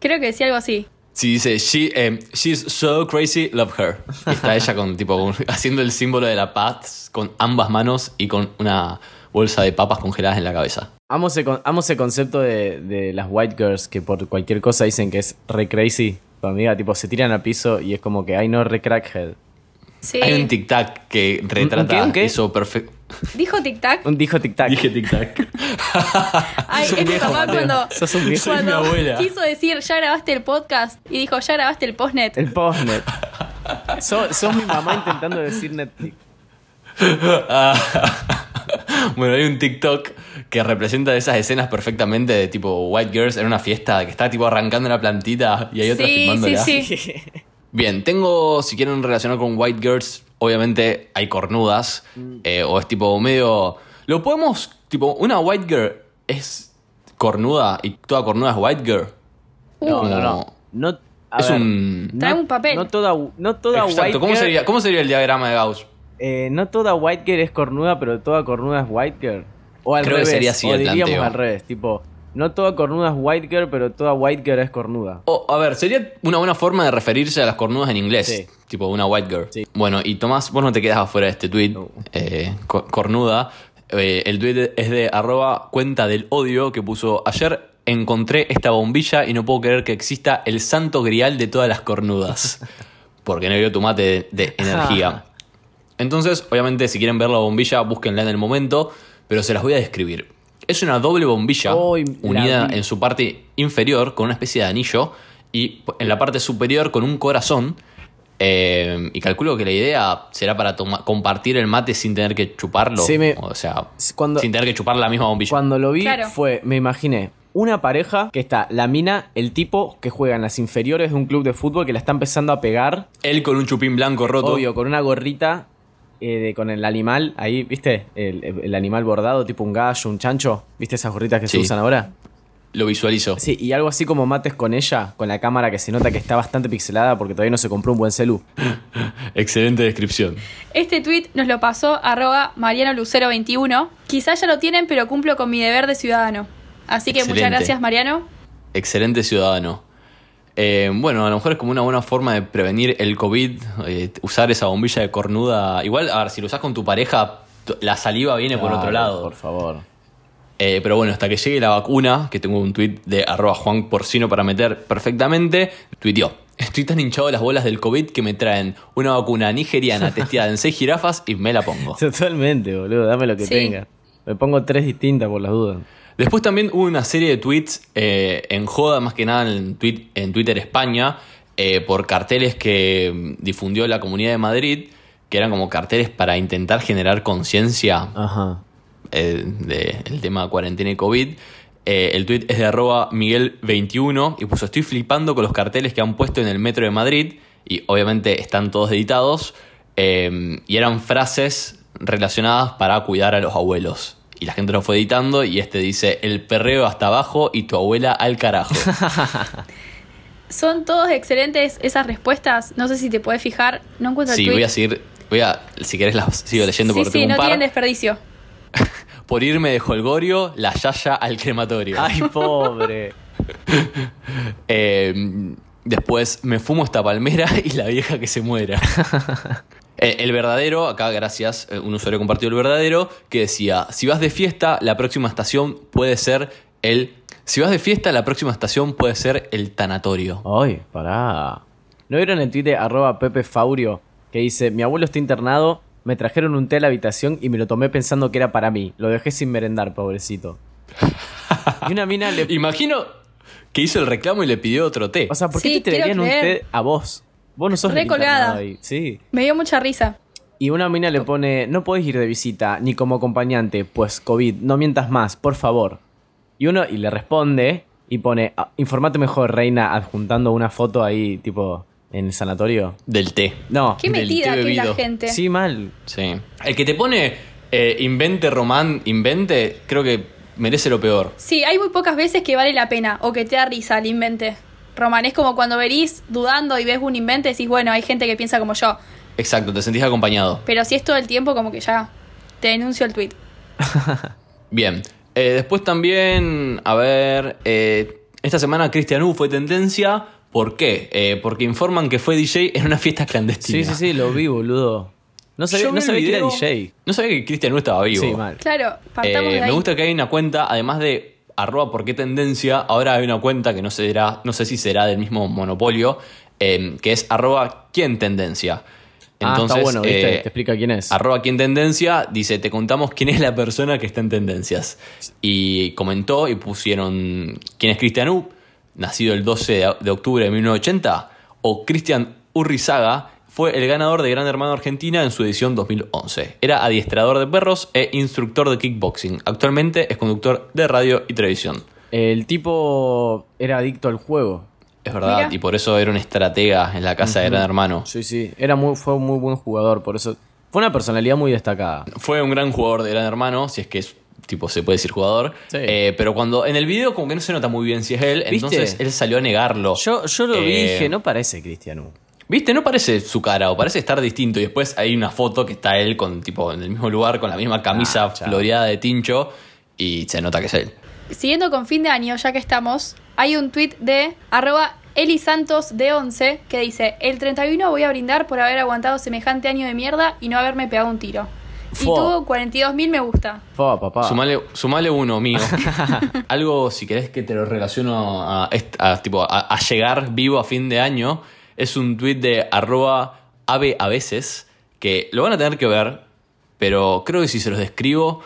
S3: Creo que decía algo así.
S1: Sí, dice, She, eh, she's so crazy, love her. Y está ella con, tipo, un- haciendo el símbolo de la paz con ambas manos y con una bolsa de papas congeladas en la cabeza.
S2: Amo ese, con- amo ese concepto de, de las white girls que por cualquier cosa dicen que es re crazy. Tu amiga, tipo, se tiran al piso y es como que, ay, no, re crackhead.
S3: Sí.
S1: Hay un tic-tac que retrata
S2: qué? ¿Un qué?
S1: eso perfecto.
S3: ¿Dijo tic tac?
S2: Un dijo tic-tac.
S1: tic-tac.
S3: Ay, es mi papá Ah, cuando,
S2: Sos un viejo.
S1: Soy mi
S3: cuando
S1: abuela.
S3: quiso decir ya grabaste el podcast y dijo ya grabaste el postnet.
S2: El postnet. So- sos mi mamá intentando decir Netflix.
S1: bueno, hay un TikTok que representa esas escenas perfectamente de tipo White Girls en una fiesta que está tipo arrancando una plantita y hay otra
S3: sí, sí,
S1: filmándola.
S3: sí.
S1: Bien, tengo, si quieren relacionar con White Girls, obviamente hay cornudas. eh, o es tipo medio. Lo podemos. Tipo, una White Girl es cornuda y toda cornuda es White Girl.
S3: Uh,
S2: No, no, no. No- a
S1: Es
S2: ver,
S1: un-
S2: no-
S3: Trae un papel.
S2: No toda, no toda white
S1: Exacto, ¿cómo
S2: girl-
S1: sería, ¿cómo sería el diagrama de Gauss?
S2: eh, no toda white girl es cornuda, pero toda cornuda es white girl. O al
S1: Creo que
S2: revés.
S1: sería así
S2: o
S1: el
S2: diríamos
S1: planteo.
S2: al revés, tipo, no toda cornuda es white girl, pero toda white girl es cornuda.
S1: O, a ver, sería una buena forma de referirse a las cornudas en inglés.
S2: Sí.
S1: Tipo una white girl.
S2: Sí.
S1: Bueno, y Tomás, vos no te quedas afuera de este tweet.
S2: No.
S1: eh, co- cornuda. Eh, el tweet es de arroba cuenta del odio que puso ayer. Encontré esta bombilla y no puedo creer que exista el santo grial de todas las cornudas. Porque no vio tu mate de, de
S2: Ah.
S1: energía. Entonces, obviamente, si quieren ver la bombilla, búsquenla en el momento, pero se las voy a describir. Es una doble bombilla
S2: Ay, la
S1: unida
S2: vi.
S1: en su parte inferior con una especie de anillo y en la parte superior con un corazón. Eh, y calculo que la idea será para toma- compartir el mate sin tener que chuparlo.
S2: Sí, me-
S1: O sea,
S2: Cuando,
S1: sin tener que chupar la misma bombilla.
S2: Cuando lo vi
S3: Claro.
S2: fue, me imaginé, una pareja que está la mina, el tipo que juega en las inferiores de un club de fútbol que la está empezando a pegar,
S1: Él con un chupín blanco roto.
S2: obvio, con una gorrita, eh, de- con el animal, ahí, ¿viste? El, el animal bordado, tipo un gallo, un chancho, ¿viste esas gorritas que se
S1: Sí.
S2: usan ahora?
S1: Lo visualizo.
S2: Sí, y algo así como mates con ella, con la cámara que se nota que está bastante pixelada porque todavía no se compró un buen celu.
S1: Excelente descripción.
S3: Este tweet nos lo pasó arroba Mariano Lucero 21. Quizás ya lo tienen, pero cumplo con mi deber de ciudadano. Así que muchas
S1: Excelente.
S3: gracias, Mariano.
S1: Excelente ciudadano. Eh, bueno, a lo mejor es como una buena forma de prevenir el COVID, eh, usar esa bombilla de cornuda. Igual, a ver, si lo usas con tu pareja, t- la saliva viene por otro
S2: Claro,
S1: lado.
S2: Por favor.
S1: Eh, pero bueno, hasta que llegue la vacuna, que tengo un tweet de arroba Juan Porcino para meter perfectamente, tuiteó. Estoy tan hinchado de las bolas del COVID que me traen una vacuna nigeriana testeada en seis jirafas y me la pongo.
S2: Totalmente, boludo, dame lo que
S3: Sí.
S2: tenga. Me pongo tres distintas por las dudas.
S1: Después también hubo una serie de tweets eh, en joda, más que nada en, twi- en Twitter España, eh, por carteles que mm, difundió la Comunidad de Madrid, que eran como carteles para intentar generar conciencia
S2: Ajá.
S1: eh, de- del tema cuarentena y COVID. Eh, el tweet es de arroba Miguel21 y puso estoy flipando con los carteles que han puesto en el metro de Madrid y obviamente están todos editados eh, y eran frases relacionadas para cuidar a los abuelos. Y la gente lo fue editando y este dice el perreo hasta abajo y tu abuela al carajo.
S3: Son todos excelentes esas respuestas. No sé si te puedes fijar. No encuentro el
S1: sí,
S3: tweet.
S1: voy a seguir, voy a, si querés las sigo leyendo
S3: sí,
S1: porque
S3: sí,
S1: tengo un
S3: no
S1: par.
S3: tienen desperdicio.
S1: Por irme de Holgorio, la Yaya al crematorio.
S2: Ay, pobre.
S1: Eh, después me fumo esta palmera y la vieja que se muera. Eh, el verdadero, acá gracias, eh, un usuario compartió el verdadero, que decía, si vas de fiesta, la próxima estación puede ser el... Si vas de fiesta, la próxima estación puede ser el tanatorio.
S2: Ay, pará. ¿No vieron en Twitter arroba Pepe Faurio que dice, mi abuelo está internado, me trajeron un té a la habitación y me lo tomé pensando que era para mí. Lo dejé sin merendar, pobrecito. Y una mina le...
S1: Imagino que hizo el reclamo y le pidió otro té.
S2: O sea, ¿por qué
S3: Sí,
S2: te traerían
S3: quiero
S2: un
S3: creer.
S2: té a vos? Vos no sos el
S3: Re colgada.
S2: internado ahí. Sí.
S3: Me dio mucha risa.
S2: Y una mina le pone, no podés ir de visita ni como acompañante, pues COVID, no mientas más, por favor. Y uno y le responde y pone, "Ah, informate mejor, reina, adjuntando una foto ahí, tipo, en el sanatorio.
S1: Del té.
S2: No,
S3: Qué
S1: Del
S3: metida
S1: té
S3: que es la
S1: bebido.
S3: gente.
S2: sí, mal.
S1: Sí. El que te pone eh, invente, román, invente, creo que merece lo peor.
S3: Sí, hay muy pocas veces que vale la pena o que te da risa el invente. Roman, es como cuando venís dudando y ves un invento y decís, bueno, hay gente que piensa como yo.
S1: Exacto, te sentís acompañado.
S3: Pero si es todo el tiempo, como que ya te denuncio el tweet.
S1: Bien. Eh, después también, a ver, eh, esta semana Cristian U fue tendencia. ¿Por qué? Eh, porque informan que fue DJ en una fiesta
S2: Sí,
S1: clandestina.
S2: sí, sí, lo vi, boludo. No sabía,
S1: Yo
S2: no
S1: vi el
S2: sabía que era
S1: video.
S2: DJ.
S1: No sabía que Cristian U estaba vivo.
S2: Sí, mal.
S3: Claro, partamos
S1: Eh,
S3: de ahí.
S1: me gusta que hay una cuenta, además de arroba por qué tendencia, ahora hay una cuenta que no será, no sé si será del mismo monopolio, eh, que es arroba quién tendencia.
S2: ah, está bueno, ¿viste?
S1: eh,
S2: te explica quién es.
S1: Arroba aquí en tendencia, dice, te contamos quién es la persona que está en tendencias. Y comentó y pusieron, ¿quién es Cristian U? Nacido el 12 de- de octubre de 1980. O Cristian Urrizaga fue el ganador de Gran Hermano Argentina en su edición 2011. Era adiestrador de perros e instructor de kickboxing. Actualmente es conductor de radio y televisión.
S2: El tipo era adicto al juego.
S1: Es verdad,
S3: Mira.
S1: y por eso era un estratega en la casa de Gran Hermano.
S2: Sí, sí, era muy, fue un muy buen jugador, por eso... Fue una personalidad muy destacada.
S1: Fue un gran jugador de Gran Hermano, si es que es, tipo se puede decir jugador.
S2: Sí.
S1: Eh, pero cuando en el video como que no se nota muy bien si es él,
S2: ¿Viste?
S1: entonces él salió a negarlo.
S2: Yo, yo lo vi y
S1: Eh,
S2: dije, no parece Cristiano.
S1: ¿Viste? No parece su cara o parece estar distinto. Y después hay una foto que está él con tipo en el mismo lugar con la misma camisa
S2: Ah, chao.
S1: floreada de tincho y se nota que es él.
S3: Siguiendo con fin de año, ya que estamos, hay un tweet de arroba elisantos de 11 que dice, el 31 voy a brindar por haber aguantado semejante año de mierda y no haberme pegado un tiro. Y
S2: Fo.
S3: tuvo 42.000 me gusta.
S2: Fua, papá.
S1: Sumale, sumale uno mío. Algo, si querés, que te lo relaciono a, est- a, tipo, a, a llegar vivo a fin de año. Es un tweet de arroba ave a veces. Que lo van a tener que ver. Pero creo que si se los describo.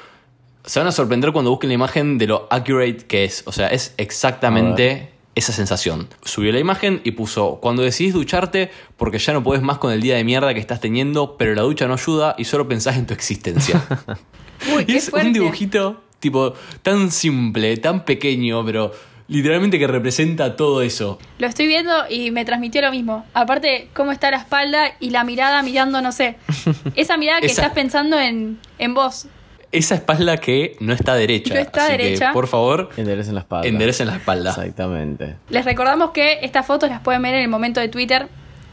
S1: Se van a sorprender cuando busquen la imagen de lo accurate que es. O sea, es exactamente esa sensación. Subió la imagen y puso, cuando decidís ducharte porque ya no podés más con el día de mierda que estás teniendo, pero la ducha no ayuda y solo pensás en tu existencia.
S3: Uy,
S1: Y
S3: qué
S1: es
S3: fuerte.
S1: un dibujito, tipo, tan simple, tan pequeño, pero literalmente que representa todo eso.
S3: Lo estoy viendo y me transmitió lo mismo. Aparte, cómo está la espalda y la mirada mirando, no sé. Esa mirada que
S1: Esa-
S3: estás pensando en, en vos.
S1: Esa espalda que no está derecha.
S3: No está
S1: así que,
S3: derecha.
S1: por favor,
S2: Enderecen la espalda.
S1: enderecen la espalda.
S2: Exactamente.
S3: Les recordamos que estas fotos las pueden ver en el momento de Twitter.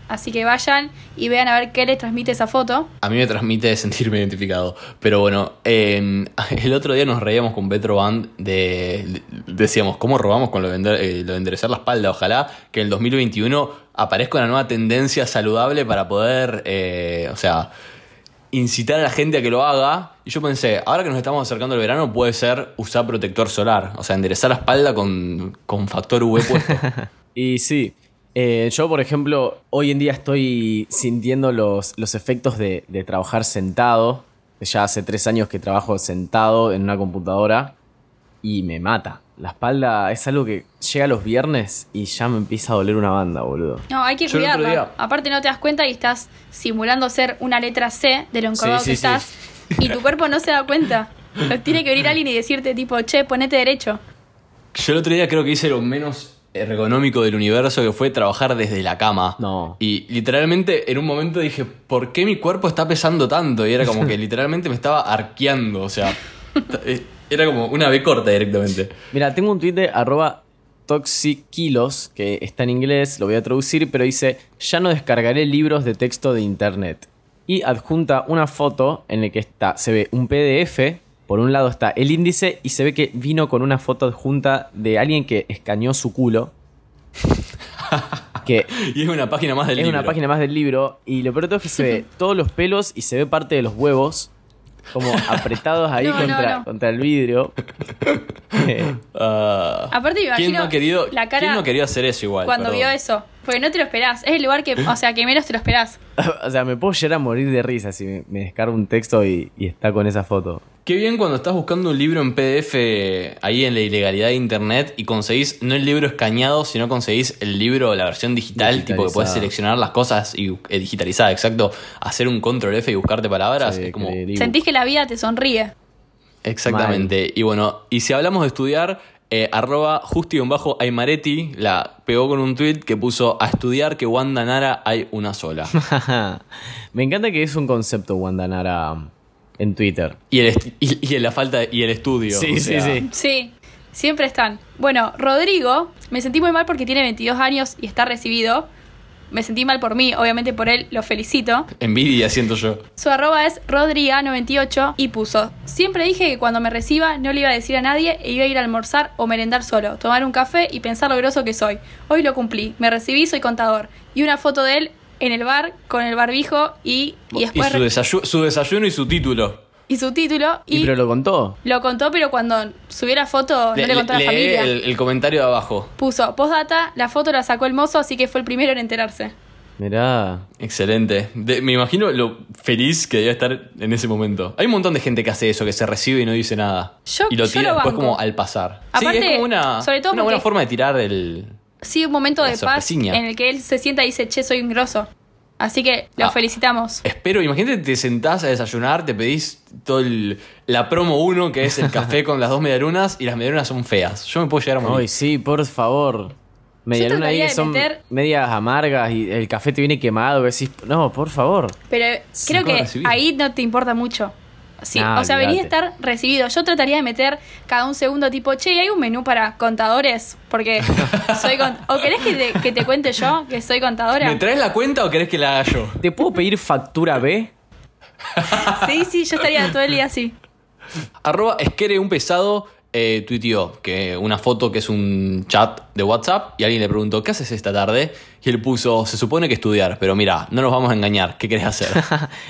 S3: Así que vayan y vean a ver qué les transmite esa foto.
S1: A mí me transmite sentirme identificado. Pero bueno, eh, el otro día nos reíamos con Petro Band de. Decíamos, ¿cómo robamos con lo de, ender- eh, lo de enderezar la espalda? Ojalá que en el 2021 aparezca una nueva tendencia saludable para poder. eh, o sea. incitar a la gente a que lo haga. Y yo pensé, ahora que nos estamos acercando al verano, puede ser usar protector solar. O sea, enderezar la espalda con, con factor UV puesto.
S2: Y sí, eh, yo por ejemplo, hoy en día estoy sintiendo los, los efectos de, de trabajar sentado. Ya hace tres años que trabajo sentado en una computadora y me mata. La espalda es algo que llega los viernes y ya me empieza a doler una banda, boludo.
S3: No, hay que
S1: Yo el otro
S3: cuidarla.
S1: día-
S3: Aparte no te das cuenta y estás simulando ser una letra C de lo encorvado
S1: Sí,
S3: que
S1: sí, sí.
S3: estás y tu cuerpo no se da cuenta. Tiene que venir alguien y decirte tipo, che, ponete derecho.
S1: Yo el otro día creo que hice lo menos ergonómico del universo que fue trabajar desde la cama.
S2: No.
S1: Y literalmente en un momento dije, ¿por qué mi cuerpo está pesando tanto? Y era como que literalmente me estaba arqueando, o sea, ta- eh, era como una B corta directamente.
S2: Mira, tengo un tweet de arroba toxikilos, que está en inglés, lo voy a traducir, pero dice, ya no descargaré libros de texto de internet. Y adjunta una foto en la que está, se ve un PDF, por un lado está el índice y se ve que vino con una foto adjunta de alguien que escaneó su culo. Que
S1: Y es una página más del
S2: es
S1: libro.
S2: una página más del libro y lo peor de todo es que se ve todos los pelos y se ve parte de los huevos como apretados ahí
S3: No, no,
S2: contra,
S3: no.
S2: contra el vidrio. Eh,
S1: Ah.
S3: Aparte me
S1: ¿Quién
S3: imagino
S1: no, ha querido,
S3: la cara
S1: quién no quería hacer eso igual?
S3: cuando
S1: Perdón.
S3: vio eso. Porque no te lo esperás. Es el lugar que, o sea, que menos te lo esperás.
S2: o sea, me puedo llegar a morir de risa si me, me descargo un texto y, y está con esa foto.
S1: Qué bien cuando estás buscando un libro en PDF ahí en la ilegalidad de internet y conseguís no el libro escaneado, sino conseguís el libro, la versión digital, tipo que puedes
S2: Digitalizada.
S1: seleccionar las cosas y eh, digitalizada, exacto. Hacer un control F y buscarte palabras.
S2: Sí,
S1: es como,
S2: que-
S3: Sentís que la vida te sonríe.
S1: exactamente. Y bueno, y si hablamos de estudiar, eh, arroba bajo Aymaretti la pegó con un tweet que puso a estudiar que Wanda Nara hay una sola.
S2: me encanta que es un concepto Wandanara um, en Twitter.
S1: y, el est- y, y en la falta de- y el estudio. o sea,
S3: Sí, siempre están. Bueno, Rodrigo, me sentí muy mal porque tiene 22 años y está recibido. Me sentí mal por mí, obviamente por él, lo felicito.
S1: Envidia siento yo.
S3: Su arroba es rodriga98 y puso, siempre dije que cuando me reciba no le iba a decir a nadie e iba a ir a almorzar o merendar solo, tomar un café y pensar lo groso que soy. Hoy lo cumplí, me recibí, soy contador. Y una foto de él en el bar con el barbijo y, y
S1: Y,
S3: después...
S1: su, desayu- su desayuno y su título.
S3: y su título
S2: Y,
S3: y...
S2: pero lo contó.
S3: Lo contó, pero cuando subió la foto no le,
S1: Le-
S3: contó a la
S1: lee
S3: familia.
S1: El, el comentario de abajo.
S3: Puso, postdata, la foto la sacó el mozo, así que fue el primero en enterarse.
S2: Mirá.
S1: Excelente. De- me imagino lo feliz que debía estar en ese momento. Hay un montón de gente que hace eso, que se recibe y no dice nada.
S3: Yo-
S1: y lo
S3: yo
S1: tira
S3: lo
S1: después
S3: banco.
S1: como al pasar. sí,
S3: Aparte,
S1: es como una,
S3: sobre todo
S1: una buena
S3: porque-
S1: forma de tirar el...
S3: Sí, un momento
S1: La
S3: de paz en
S1: sorpresiña.
S3: el que él se sienta y dice, che, soy un grosso. Así que lo
S1: Ah.
S3: felicitamos.
S1: Espero, imagínate, te sentás a desayunar, te pedís todo el- la promo 1, que es el café con las dos medialunas, y las medialunas son feas. Yo me puedo llegar a morir.
S2: Ay, sí, por favor. Media luna ahí
S3: trataría
S2: que
S3: de
S2: son
S3: meter-
S2: medias amargas y el café te viene quemado. que Decís, no, por favor.
S3: Pero
S1: Sí,
S3: creo
S1: ¿cómo
S3: que
S1: recibir? Ah,
S3: ahí no te importa mucho. Sí,
S2: Nah,
S3: o sea, venís a
S2: olvídate.
S3: estar recibido. Yo trataría de meter cada un segundo tipo, che, ¿hay un menú para contadores? Porque soy con- ¿O querés que te, que te cuente yo que soy contadora?
S1: ¿Me traes la cuenta o querés que la haga yo?
S2: ¿Te puedo pedir factura B?
S3: Sí, sí, yo estaría todo el día así.
S1: Arroba esquere un pesado eh, tuiteó que una foto que es un chat de WhatsApp y alguien le preguntó, ¿qué haces esta tarde? Y él puso, se supone que estudiar, pero mira, no nos vamos a engañar, ¿qué querés hacer?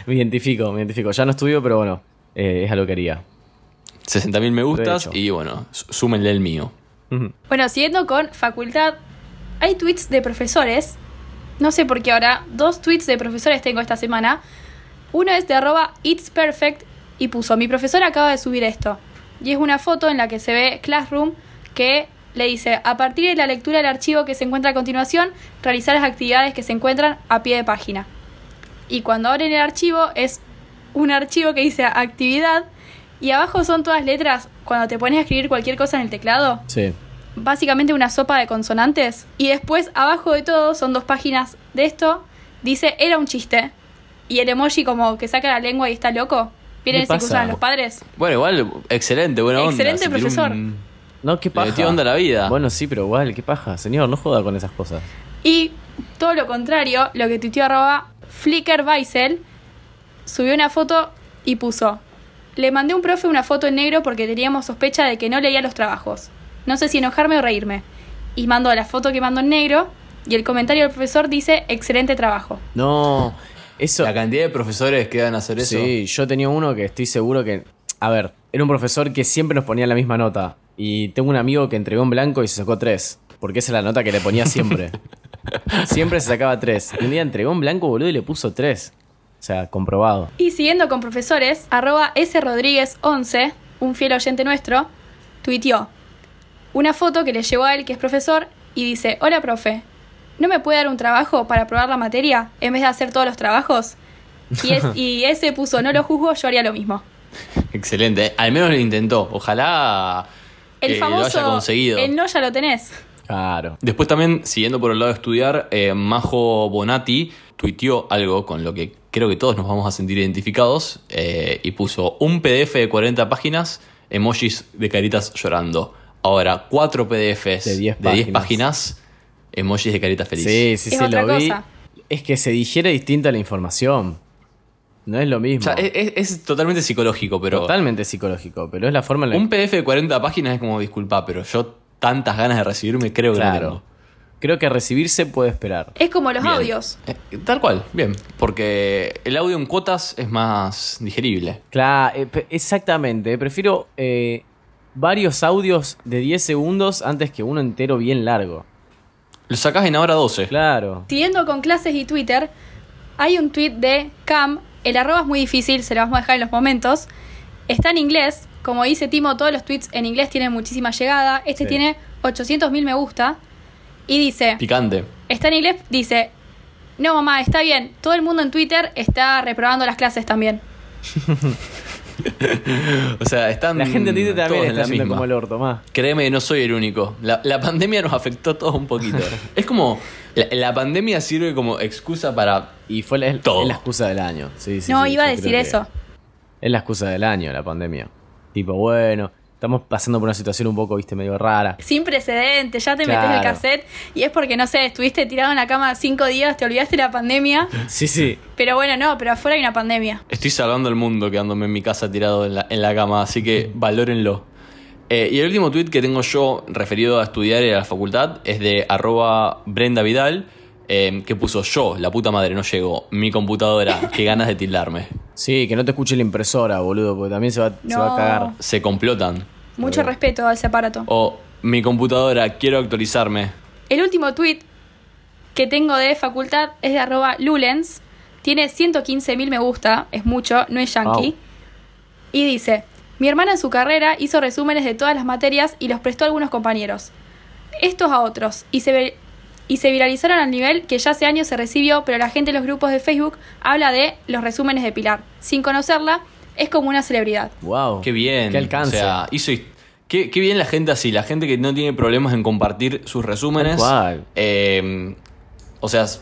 S2: me identifico, me identifico. Ya no estudio, pero bueno, eh, es a lo que haría.
S1: 60.000 me gustas
S2: Lo he hecho.
S1: y bueno, su- súmenle el mío.
S3: Bueno, siguiendo con facultad, hay tweets de profesores. No sé por qué ahora. Dos tweets de profesores tengo esta semana. Uno es de arroba It's Perfect y puso, mi profesor acaba de subir esto. Y es una foto en la que se ve Classroom que le dice, a partir de la lectura del archivo que se encuentra a continuación, realizar las actividades que se encuentran a pie de página. Y cuando abren el archivo es un archivo que dice actividad y abajo son todas letras cuando te pones a escribir cualquier cosa en el teclado
S2: Sí.
S3: básicamente una sopa de consonantes. Y después, abajo de todo, son dos páginas de esto. Dice, era un chiste. Y el emoji como que saca la lengua y está loco. Vienen
S2: ¿Qué
S3: y se cruzan
S2: pasa?
S3: a los padres.
S1: Bueno, igual, excelente, buena onda.
S3: Excelente
S1: se tiró
S3: profesor.
S1: un-
S2: No, qué
S1: Le
S2: paja.
S1: metió onda a la vida.
S2: Bueno, sí, pero igual, qué paja. Señor, no joda con esas cosas.
S3: Y todo lo contrario, lo que tuiteó arroba Flickr Beisel, subió una foto y puso. Le mandé a un profe una foto en negro porque teníamos sospecha de que no leía los trabajos. No sé si enojarme o reírme. Y mandó la foto que mandó en negro y el comentario del profesor dice, excelente trabajo.
S2: No, eso.
S1: La cantidad de profesores que van a hacer eso.
S2: Sí, yo tenía uno que estoy seguro que. A ver, era un profesor que siempre nos ponía la misma nota. Y tengo un amigo que entregó en blanco y se sacó tres. Porque esa es la nota que le ponía siempre. siempre se sacaba tres. Y un día entregó en blanco, boludo, y le puso tres. O sea, comprobado.
S3: Y siguiendo con profesores, arroba srodríguez11, un fiel oyente nuestro, tuiteó. una foto que le llegó a él, que es profesor, y dice, hola profe, ¿no me puede dar un trabajo para probar la materia en vez de hacer todos los trabajos? Y, es- y ese puso, no lo juzgo, yo haría lo mismo.
S1: Excelente. Al menos lo intentó. Ojalá
S3: El
S1: que lo
S3: famoso,
S1: haya conseguido.
S3: el no ya lo tenés.
S2: Claro.
S1: Después también, siguiendo por el lado de estudiar, eh, Majo Bonatti tuiteó algo con lo que creo que todos nos vamos a sentir identificados eh, y puso un PDF de 40 páginas, emojis de caritas llorando. Ahora, cuatro PDFs
S2: De 10
S1: páginas.
S2: páginas.
S1: emojis de caritas feliz.
S2: Sí, sí,
S3: Es
S2: sí,
S3: otra
S2: lo vi.
S3: cosa.
S2: Es que se digiere distinta la información. No es lo
S1: O
S2: mismo.
S1: sea, es, es- es totalmente psicológico, pero
S2: Totalmente psicológico, pero es la forma en la
S1: un PDF de 40 páginas es como, disculpa, pero yo tantas ganas de recibirme creo que no
S2: Claro. Creo que recibirse puede esperar.
S3: Es como los
S1: Bien.
S3: audios.
S1: tengo. Eh, Tal cual, bien. Porque el audio en cuotas es más digerible.
S2: Claro, eh, exactamente. Prefiero eh, varios audios de 10 segundos antes que uno entero bien largo.
S1: Lo sacás en ahora 12.
S2: Claro.
S3: Siguiendo con clases y Twitter, hay un tweet de Cam, el arroba es muy difícil, se lo vamos a dejar en los momentos. Está en inglés, como dice Timo, todos los tweets en inglés tienen muchísima llegada. Este
S2: Sí.
S3: tiene 800.000 me gusta. Y dice,
S1: Picante.
S3: está en inglés, dice, no mamá, está bien, todo el mundo en Twitter está reprobando las clases también.
S1: O sea, están.
S2: La gente Mm, en Twitter
S1: todos
S2: también
S1: en
S2: está
S1: la
S2: haciendo
S1: misma.
S2: como el orto más.
S1: Créeme, no soy el único. La, la pandemia nos afectó a todos un poquito. es como. La, la pandemia sirve como excusa para.
S2: Y fue la, es
S1: Todo.
S2: la excusa del año. Sí, sí,
S3: no,
S2: sí,
S3: iba a
S2: yo
S3: decir
S2: creo que
S3: eso.
S2: Es la excusa del año, la pandemia. Tipo, bueno, estamos pasando por una situación un poco, viste, medio rara.
S3: Sin precedentes, ya te metes el
S2: Claro.
S3: cassette y es porque, no sé, estuviste tirado en la cama cinco días, te olvidaste la pandemia.
S2: Sí, sí.
S3: Pero bueno, no, pero afuera hay una pandemia.
S1: Estoy salvando el mundo quedándome en mi casa tirado en la, en la cama, así que valórenlo. Eh, y el último tweet que tengo yo referido a estudiar y a la facultad es de arroba Brenda Vidal, eh, que puso yo, la puta madre, no llegó. Mi computadora, qué ganas de tildarme.
S2: Sí, que no te escuche la impresora, boludo, porque también se va, se va
S3: No.
S2: a cagar.
S1: Se complotan.
S3: Mucho respeto a ese aparato.
S1: O mi computadora, quiero actualizarme.
S3: El último tweet que tengo de facultad es de arroba lulens. Tiene 115.000 me gusta, es mucho, no es yankee.
S2: Wow.
S3: Y dice, mi hermana en su carrera hizo resúmenes de todas las materias y los prestó a algunos compañeros. Estos a otros. Y se, vi- y se viralizaron al nivel que ya hace años se recibió, pero la gente en los grupos de Facebook habla de los resúmenes de Pilar. Sin conocerla, es como una celebridad.
S2: Wow.
S1: Qué bien.
S2: Qué alcance.
S1: O sea, hizo. his- Qué, qué bien la gente así, la gente que no tiene problemas en compartir sus resúmenes.
S2: Tal cual.
S1: Eh, o sea, s-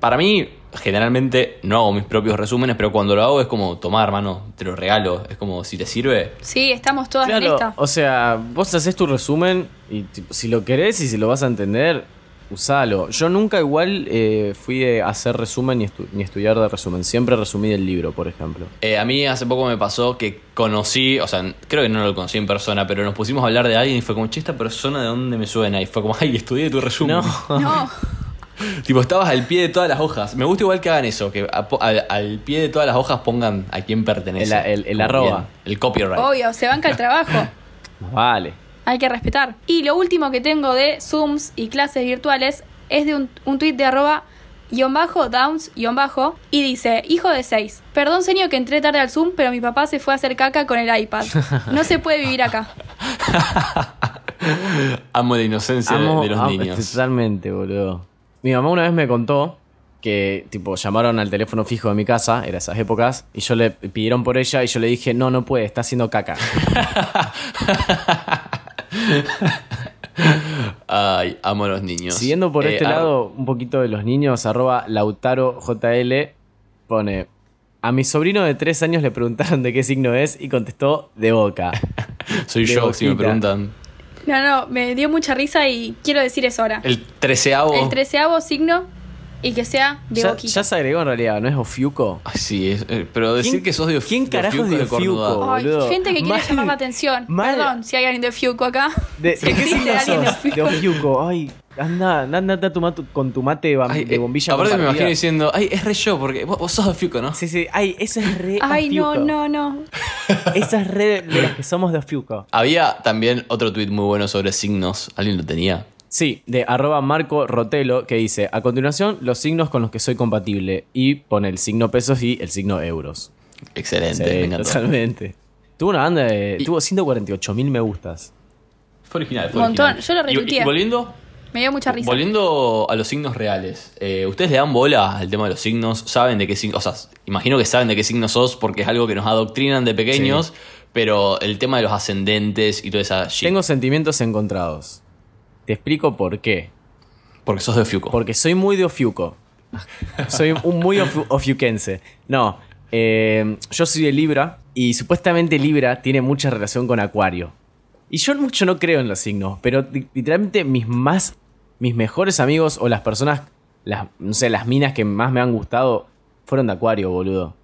S1: para mí, generalmente no hago mis propios resúmenes, pero cuando lo hago es como, tomar hermano, te lo regalo. Es como, si te sirve.
S3: Sí, estamos todas en
S2: Claro,
S3: esta.
S2: o sea, vos haces tu resumen y tipo, si lo querés y si lo vas a entender, usalo. Yo nunca igual eh, fui a hacer resumen ni, estu- ni estudiar de resumen. Siempre resumí del libro, por ejemplo.
S1: Eh, a mí hace poco me pasó que conocí, o sea, creo que no lo conocí en persona, pero nos pusimos a hablar de alguien y fue como, che, esta persona de dónde me suena. Y fue como, ay, estudié tu resumen.
S2: Oh.
S3: No.
S1: Tipo, estabas al pie de todas las hojas. Me gusta igual que hagan eso, que a- po- al, al pie de todas las hojas pongan a quién pertenece.
S2: El- el- el
S1: Como
S2: arroba.
S1: bien, el copyright.
S3: Obvio, se banca el trabajo.
S2: Más Vale.
S3: Hay que respetar. Y lo último que tengo de Zooms y clases virtuales es de un, un tuit de arroba guión bajo, downs, guión bajo, y dice, hijo de seis, perdón señor que entré tarde al Zoom, pero mi papá se fue a hacer caca con el iPad. No se puede vivir acá.
S1: Amo la inocencia de-
S2: Amo- este
S1: de, los
S2: amo-
S1: niños.
S2: Totalmente, boludo. Mi mamá una vez me contó que, tipo, llamaron al teléfono fijo de mi casa, era esas épocas, y yo le pidieron por ella y yo le dije, no, no puede, está haciendo caca.
S1: Ay, amo a los niños.
S2: Siguiendo por
S1: Eh,
S2: este
S1: ar-
S2: lado un poquito de los niños, arroba LautaroJL pone, a mi sobrino de tres años le preguntaron de qué signo es y contestó de boca.
S1: Soy
S2: de
S1: yo, si me
S2: boquita.
S1: preguntan.
S3: No, no, me dio mucha risa y quiero decir eso ahora.
S1: El treceavo.
S3: El treceavo signo y que sea de
S2: ya,
S3: boquita.
S2: ya se agregó en realidad, ¿no es Ofiuco?
S1: Ay, sí, es- eh, pero decir
S2: ¿Quién-
S1: que sos de
S2: quién carajo es de
S1: Cornuda.
S2: Fiuco?
S3: Ay,
S2: boludo.
S3: gente que quiere
S2: Mal.
S3: llamar la atención.
S2: Mal.
S3: Perdón si hay alguien de Fiuco acá.
S2: ¿De,
S3: Si
S2: de qué
S3: existe
S2: signo
S3: alguien de
S2: sos? De Ofiuco. Ay, anda, anda, anda a tu matu- con tu mate de, bam-
S1: Ay,
S2: de
S1: eh,
S2: bombilla
S1: aparte me
S2: compartida.
S1: imagino diciendo, ay, es re yo, porque vos, vos sos de Fiuco, ¿no?
S2: Sí, sí, ay, eso es re
S3: Ay, no,
S2: Ofiuco.
S3: no, no.
S2: Esa es re de las que somos de Ofiuco.
S1: Había también otro tuit muy bueno sobre signos. ¿Alguien lo tenía?
S2: Sí, de arroba Marco Rotelo, que dice, a continuación, los signos con los que soy compatible. Y pone el signo pesos y el signo euros.
S1: Excelente,
S2: Sí,
S1: me encantó.
S2: totalmente. Tuvo una banda de...
S1: Y-
S2: Tuvo 148 mil me gustas.
S1: Fue original. Fue
S3: Montón,
S1: original.
S3: yo lo
S1: Y- y
S3: retuiteé.
S1: volviendo,
S3: Me dio mucha risa.
S1: Volviendo a los signos reales, eh, ¿ustedes le dan bola al tema de los signos? ¿Saben de qué signos? O sea, imagino que saben de qué signos sos porque es algo que nos adoctrinan de pequeños, pero el tema de los ascendentes y toda esa shit.
S2: Tengo sentimientos encontrados. Te explico por qué.
S1: Porque sos de Fiuco.
S2: Porque soy muy de Ofiuco. Soy un muy ofiu- ofiuquense. No, eh, yo soy de Libra y supuestamente Libra tiene mucha relación con Acuario. Y yo mucho no creo en los signos, pero li- literalmente mis más, mis mejores amigos o las personas, las, no sé, las minas que más me han gustado fueron de Acuario, boludo.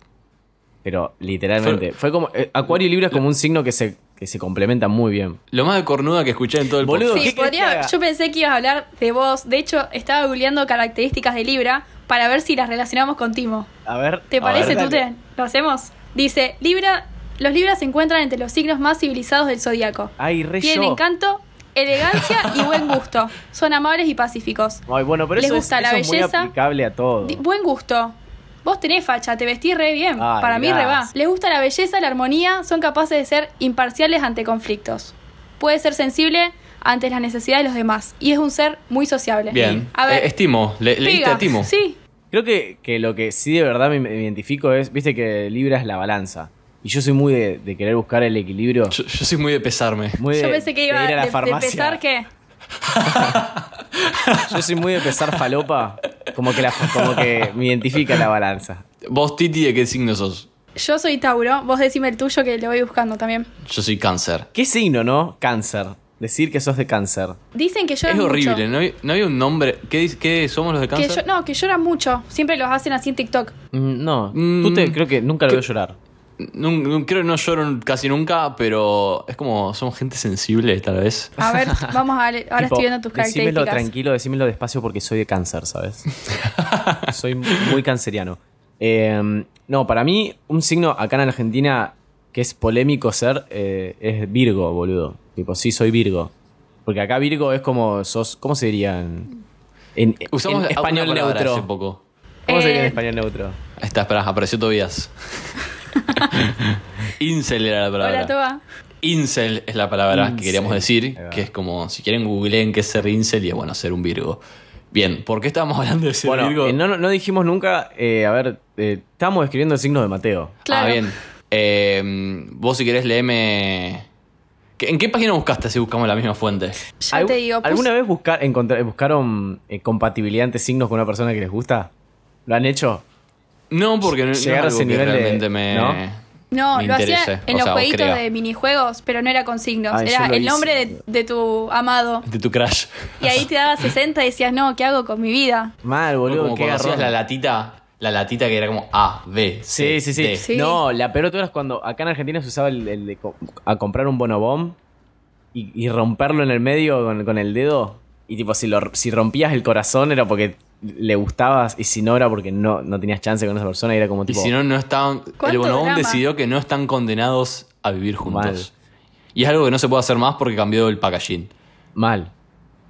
S2: Pero literalmente, fue como, eh, Acuario y Libra es como un signo que se, que se complementa muy bien.
S1: Lo más de cornuda que escuché en todo el
S2: Boludo,
S1: podcast.
S2: ¿qué
S3: Sí,
S2: querés que
S3: podría,
S2: haga?
S3: yo pensé que ibas a hablar de vos. De hecho, estaba googleando características de Libra para ver si las relacionamos con Timo.
S2: A ver.
S3: ¿Te
S2: a
S3: parece,
S2: ver, dale.
S3: Tute? ¿Lo hacemos? Dice, Libra, los Libras se encuentran entre los signos más civilizados del zodiaco.
S2: Ay, re
S3: Tienen
S2: yo.
S3: encanto, elegancia y buen gusto. Son amables y pacíficos.
S2: Ay, bueno, pero
S3: Les
S2: eso, es-
S3: gusta la
S2: eso es,
S3: belleza.
S2: muy aplicable a todo.
S3: Di- Buen gusto. Vos tenés facha, te vestís re bien.
S2: Ay,
S3: Para mí re va.
S2: gracias.
S3: Les gusta la belleza, la armonía, son capaces de ser imparciales ante conflictos. Puede ser sensible ante las necesidades de los demás y es un ser muy sociable.
S1: Bien.
S3: A ver,
S1: Eh, es Timo. Le, leíste
S3: pega.
S1: a Timo.
S3: Sí.
S2: Creo que, que lo que sí de verdad me, me identifico es, viste que Libra es la balanza. Y yo soy muy de, de querer buscar el equilibrio.
S1: Yo, yo soy muy de pesarme.
S2: muy
S3: Yo
S2: de-
S3: pensé que
S2: de
S3: iba
S2: ir a la
S3: de- de,
S2: farmacia.
S3: pensar que
S2: Yo soy muy de pesar falopa. Como que, la, como que me identifica la balanza.
S1: Vos, Titi, ¿de qué signo sos?
S3: yo soy Tauro, vos decime el tuyo que lo voy buscando también.
S1: Yo soy cáncer.
S2: ¿Qué signo, no? Cáncer. Decir que sos de cáncer.
S3: Dicen que lloran
S1: Es horrible,
S3: mucho.
S1: ¿no hay, no hay un nombre. ¿Qué, dice- qué somos los de
S3: Que
S1: cáncer?
S3: llo- no, que lloran mucho. Siempre los hacen así en TikTok.
S2: Mm, No,
S1: Mm.
S2: tú te creo que nunca lo veo llorar.
S1: Nun- nun- creo que no lloro casi nunca, pero es como somos gente sensible, tal vez.
S3: A ver, vamos a ver. Ahora
S2: Tipo,
S3: estoy viendo tus
S2: Decímelo
S3: características.
S2: tranquilo, decímelo despacio porque soy de cáncer, ¿sabes? soy muy canceriano. Eh, no, para mí, un signo acá en Argentina que es polémico ser eh, es Virgo, boludo. Tipo, sí, soy Virgo. Porque acá Virgo es como sos. ¿Cómo se diría en, en-
S1: Usamos
S2: en español
S1: una palabra
S2: neutro?
S1: hace poco.
S2: ¿Cómo se diría en
S3: Eh,
S2: español neutro?
S1: Ahí está, espera, apareció Tobías. Incel era la palabra.
S3: Hola, Toba.
S1: Ah, Incel es la palabra que
S2: Incel.
S1: queríamos decir,
S2: Ahí va.
S1: que es como, si quieren googleen qué es ser incel y es bueno, ser un virgo. Bien, ¿por qué estábamos hablando de ser
S2: Bueno,
S1: virgo? Ah,
S2: eh, no, no- no dijimos nunca. eh, a ver, eh, estábamos escribiendo el signo de Mateo.
S3: Claro.
S1: Ah, bien. Eh, vos si querés leeme... ¿Qué- ¿En qué página buscaste si buscamos la misma fuente?
S3: Ya
S2: ¿Algu-
S3: te digo, puse-
S2: ¿Alguna vez buscar, encontrar- buscaron eh, compatibilidad entre signos con una persona que les gusta? ¿Lo han hecho?
S1: No, porque no, no es
S2: Llegar a
S1: algo
S2: ese
S1: que
S2: nivel de-
S1: realmente me...
S2: ¿no?
S3: No,
S1: me
S3: lo
S1: interese,
S3: hacía en
S1: o
S3: los
S1: sea, o
S3: jueguitos
S1: crea.
S3: de minijuegos, pero no era con signos.
S2: Ah, yo
S3: era
S2: lo
S3: el
S2: hice.
S3: nombre de, de tu amado.
S1: De tu crush.
S3: Y ahí te daba 60 y decías, no, ¿qué hago con mi vida?
S2: Mal, boludo,
S1: como
S2: qué
S1: cuando hacías
S2: garrón.
S1: la latita, la latita que era como A, B, C,
S2: Sí, sí, sí,
S1: D.
S3: Sí.
S2: No, la peor de todas es cuando acá en Argentina se usaba el, el de co- a comprar un bonobón y, y romperlo en el medio con, con el dedo. Y tipo, si, lo, si rompías el corazón era porque le gustabas y si no era porque no, no tenías chance con esa persona y era como
S1: Y
S2: tipo...
S1: si no, no estaban. El
S3: ¿Cuánto
S1: Bonobón
S3: drama?
S1: decidió que no están condenados a vivir juntos.
S2: Mal.
S1: Y es algo que no se puede hacer más porque cambió el packaging.
S2: Mal.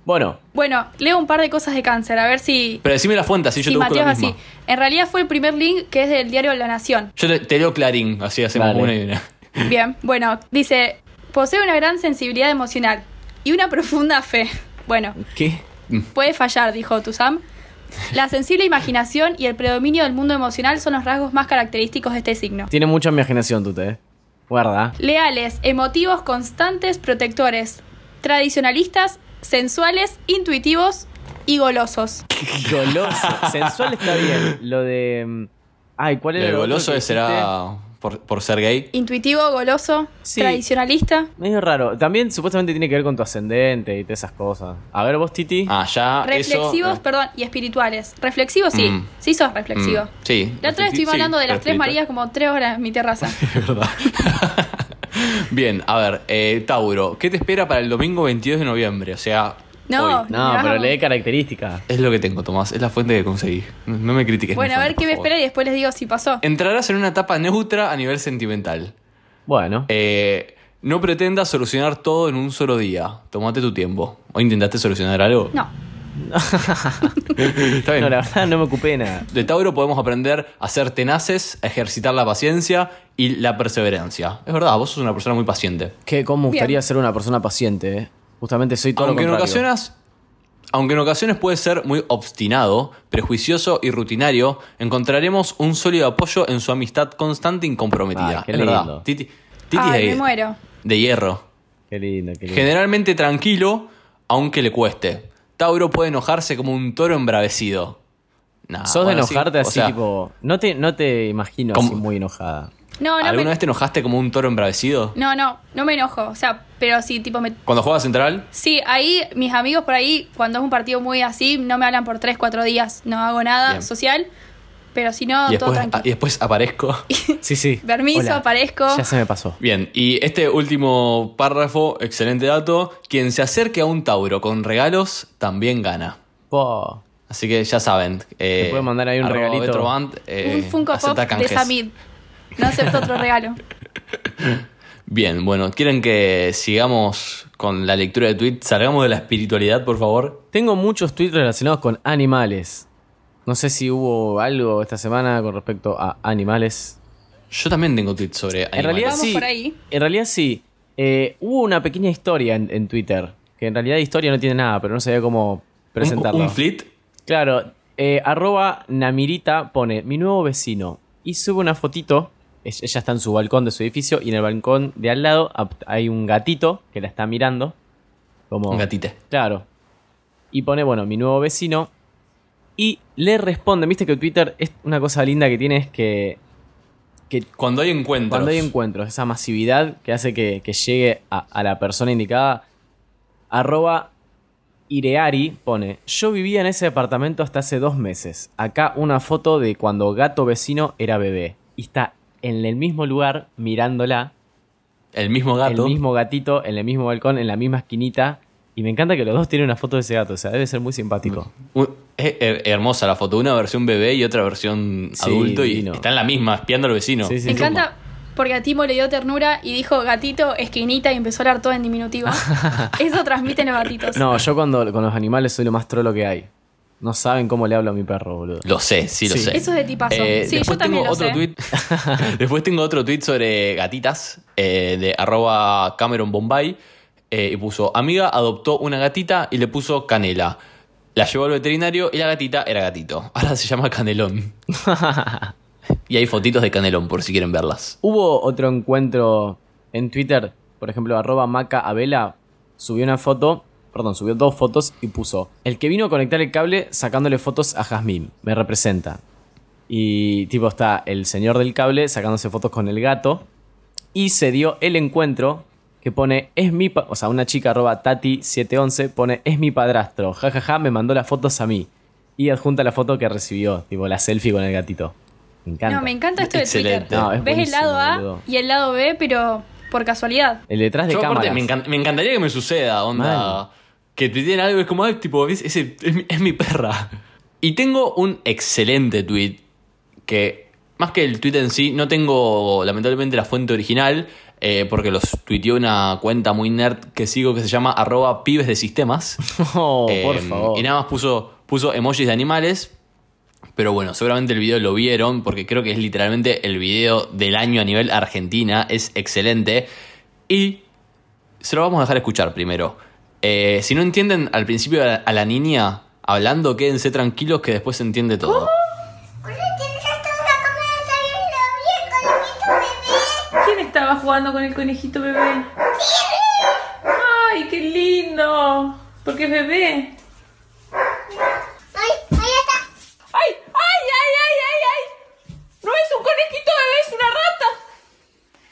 S2: Bueno,
S3: Bueno, leo un par de cosas de cáncer, a ver si,
S1: Pero decime la fuente, así yo
S3: si
S1: te busco
S3: Mateo
S1: la
S3: es
S1: misma.
S3: así. En realidad fue el primer link que es del diario La Nación.
S1: Yo te, te leo Clarín, así hacemos
S2: Dale.
S1: una y una.
S3: Bien, bueno, dice, posee una gran sensibilidad emocional y una profunda fe. Bueno,
S2: ¿qué?
S3: Puede fallar, dijo Tusam. La sensible imaginación y el predominio del mundo emocional son los rasgos más característicos de este signo.
S2: Tiene mucha imaginación, Tute. ¿eh? Guarda.
S3: Leales, emotivos, constantes, protectores, tradicionalistas, sensuales, intuitivos y golosos.
S2: Goloso. Sensual está bien. Lo de. mm, Ay, ¿cuál era
S1: El
S2: lo otro
S1: goloso
S2: que dijiste?
S1: será por, por ser gay.
S3: Intuitivo, goloso,
S2: Sí.
S3: tradicionalista.
S2: Medio raro. También supuestamente tiene que ver con tu ascendente y todas esas cosas. A ver, vos, Titi.
S1: Ah, ya.
S3: Reflexivos,
S1: eso, eh.
S3: perdón, y espirituales. Reflexivos, sí.
S1: Mm.
S3: Sí, sos
S1: Mm,
S3: reflexivo.
S1: sí.
S3: La otra vez
S1: Reflecti-
S3: estuvimos
S1: sí,
S3: hablando de las tres
S1: perfecto.
S3: Marías como tres horas en mi terraza.
S1: Es verdad. Bien, a ver, eh, Tauro, ¿qué te espera para el domingo 22 de noviembre? O sea,
S3: No.
S1: hoy.
S2: No,
S3: me
S2: pero
S3: vas a-
S2: lee características.
S1: Es lo que tengo, Tomás. Es la fuente que conseguí. No- No me critiques. mi
S3: Bueno, a
S1: fuente,
S3: ver
S1: por
S3: qué me
S1: favor.
S3: espera y después les digo si pasó.
S1: Entrarás en una etapa neutra a nivel sentimental.
S2: Bueno.
S1: Eh, no pretendas solucionar todo en un solo día. Tómate tu tiempo. ¿O intentaste solucionar algo?
S3: No.
S1: Está bien.
S2: No, la verdad no me ocupé de nada.
S1: De Tauro podemos aprender a ser tenaces, a ejercitar la paciencia y la perseverancia. Es verdad, vos sos una persona muy paciente.
S2: Que cómo
S3: Bien.
S2: gustaría ser una persona paciente, eh? Justamente soy todo
S1: Aunque
S2: lo
S1: en,
S2: contrario.
S1: ocasiones, aunque en ocasiones puede ser muy obstinado, prejuicioso y rutinario, encontraremos un sólido apoyo en su amistad constante y comprometida.
S2: Ay, qué
S1: es
S2: lindo.
S1: verdad. Titi, Titi
S3: Ay,
S1: de,
S3: me muero.
S1: de hierro.
S2: Qué lindo, qué lindo.
S1: Generalmente tranquilo, aunque le cueste. Tauro puede enojarse como un toro embravecido. Nah,
S2: Ah, Sos
S1: bueno,
S2: de enojarte
S1: sí,
S2: así,
S1: o sea,
S2: tipo. No te, no te imagino así
S1: ¿Cómo?
S2: muy enojada.
S3: No, no
S1: ¿Alguna
S3: me,
S1: vez te enojaste como un toro embravecido?
S3: no, no, no me enojo. O sea, pero sí, tipo, me,
S1: Cuando jugaba Central,
S3: Sí, ahí mis amigos por ahí, cuando es un partido muy así, no me hablan por 3, 4 días, no hago nada
S1: Bien.
S3: social, pero si no,
S1: y
S3: todo
S1: después, y
S3: tranquilo.
S1: después aparezco.
S2: Sí, sí.
S3: Permiso,
S2: ah, Hola.
S3: aparezco.
S2: Ya se me pasó.
S1: Bien, y este último párrafo, excelente dato. Quien se acerque a un Tauro con regalos también gana.
S2: Po.
S1: Así que ya saben. Eh,
S2: Te puede mandar ahí un
S1: arroba
S2: regalito.
S1: Betroband, eh,
S3: un Funko Pop
S1: acepta
S3: de
S1: canjes.
S3: Samid. No acepto otro regalo.
S1: Bien, bueno, ¿quieren que sigamos con la lectura de tweets? Salgamos de la espiritualidad, por favor.
S2: Tengo muchos tweets relacionados con animales. No sé si hubo algo esta semana con respecto a animales.
S1: Yo también tengo tweets sobre animales.
S2: En realidad
S3: Vamos
S2: sí.
S3: por ahí.
S2: En realidad sí. Eh, hubo una pequeña historia en, en Twitter. Que en realidad historia no tiene nada, pero no sabía cómo presentarla.
S1: Un, un flit.
S2: Claro, eh, arroba Namirita pone mi nuevo vecino y sube una fotito. Es- Ella está en su balcón de su edificio y en el balcón de al lado ap- hay un gatito que la está mirando. Como,
S1: Un gatito.
S2: Claro. Y pone, bueno, mi nuevo vecino. Y le responde, viste que Twitter es una cosa linda que tiene es que, que
S1: Cuando hay encuentros.
S2: cuando hay encuentros, esa masividad que hace que, que llegue a, a la persona indicada. Arroba Ireari pone, yo vivía en ese apartamento hasta hace dos meses. Acá una foto de cuando gato vecino era bebé. Y está en el mismo lugar mirándola,
S1: El mismo gato.
S2: el mismo gatito, en el mismo balcón, en la misma esquinita. Y me encanta que los dos tienen una foto de ese gato, o sea, debe ser muy simpático.
S1: Un- es her- hermosa la foto. Una versión bebé y otra versión
S2: Sí,
S1: adulto. Y
S2: divino.
S1: está en la misma, espiando al vecino.
S2: Sí, sí.
S3: Me encanta porque a Timo le dio ternura y dijo gatito, esquinita y empezó a hablar todo en diminutivo. Eso transmiten los gatitos.
S2: No, yo cuando con los animales soy lo más trolo que hay. No saben cómo le hablo a mi perro, boludo.
S1: Lo sé, sí lo
S2: Sí.
S1: sé.
S3: Eso es de tipazo.
S1: Eh,
S3: sí, yo
S1: después
S3: también
S1: tengo
S3: lo
S1: otro
S3: sé.
S1: tweet. después tengo otro tweet sobre gatitas eh, de arroba Cameron Bombay. eh, y puso, amiga adoptó una gatita y le puso canela. La llevó al veterinario y la gatita era gatito. Ahora se llama Canelón. y hay fotitos de Canelón por si quieren verlas.
S2: Hubo otro encuentro en Twitter, por ejemplo, arroba maca Abela subió una foto, perdón, subió dos fotos y puso, el que vino a conectar el cable sacándole fotos a Jazmín, me representa. Y tipo está el señor del cable sacándose fotos con el gato y se dio el encuentro que pone, es mi, pa-", o sea, una chica arroba tati711 pone, es mi padrastro, jajaja, me mandó las fotos a mí. Y adjunta la foto que recibió, tipo la selfie con el gatito. Me encanta.
S3: No, me encanta esto de
S1: Excelente.
S3: Twitter.
S2: No, es
S3: Ves el
S2: buenísimo,
S3: lado A
S2: boludo.
S3: y el lado B, pero por casualidad.
S2: El detrás de
S1: Yo
S2: cámaras.
S1: aparte me, encan- me encantaría que me suceda, onda.
S2: Mal.
S1: Que te tienen algo, es como, ay, tipo, es, es- es mi- es mi perra. Y tengo un excelente tweet que, más que el tweet en sí, no tengo lamentablemente la fuente original, eh, porque los tuiteó una cuenta muy nerd que sigo que se llama arroba pibes de sistemas.
S2: Oh,
S1: Eh,
S2: por favor.
S1: Y nada más puso, puso emojis de animales. Pero bueno, seguramente el video lo vieron porque creo que es literalmente el video del año a nivel Argentina. Es excelente. Y se lo vamos a dejar escuchar primero. Eh, si no entienden al principio a la, a la niña hablando, quédense tranquilos que después se entiende todo.
S4: ¿Quién estaba jugando con el conejito bebé? ¡Ay, qué lindo! Porque es bebé. ¡Ay, ay, ay, ay, ay, ay! No es un conejito bebé, es una rata.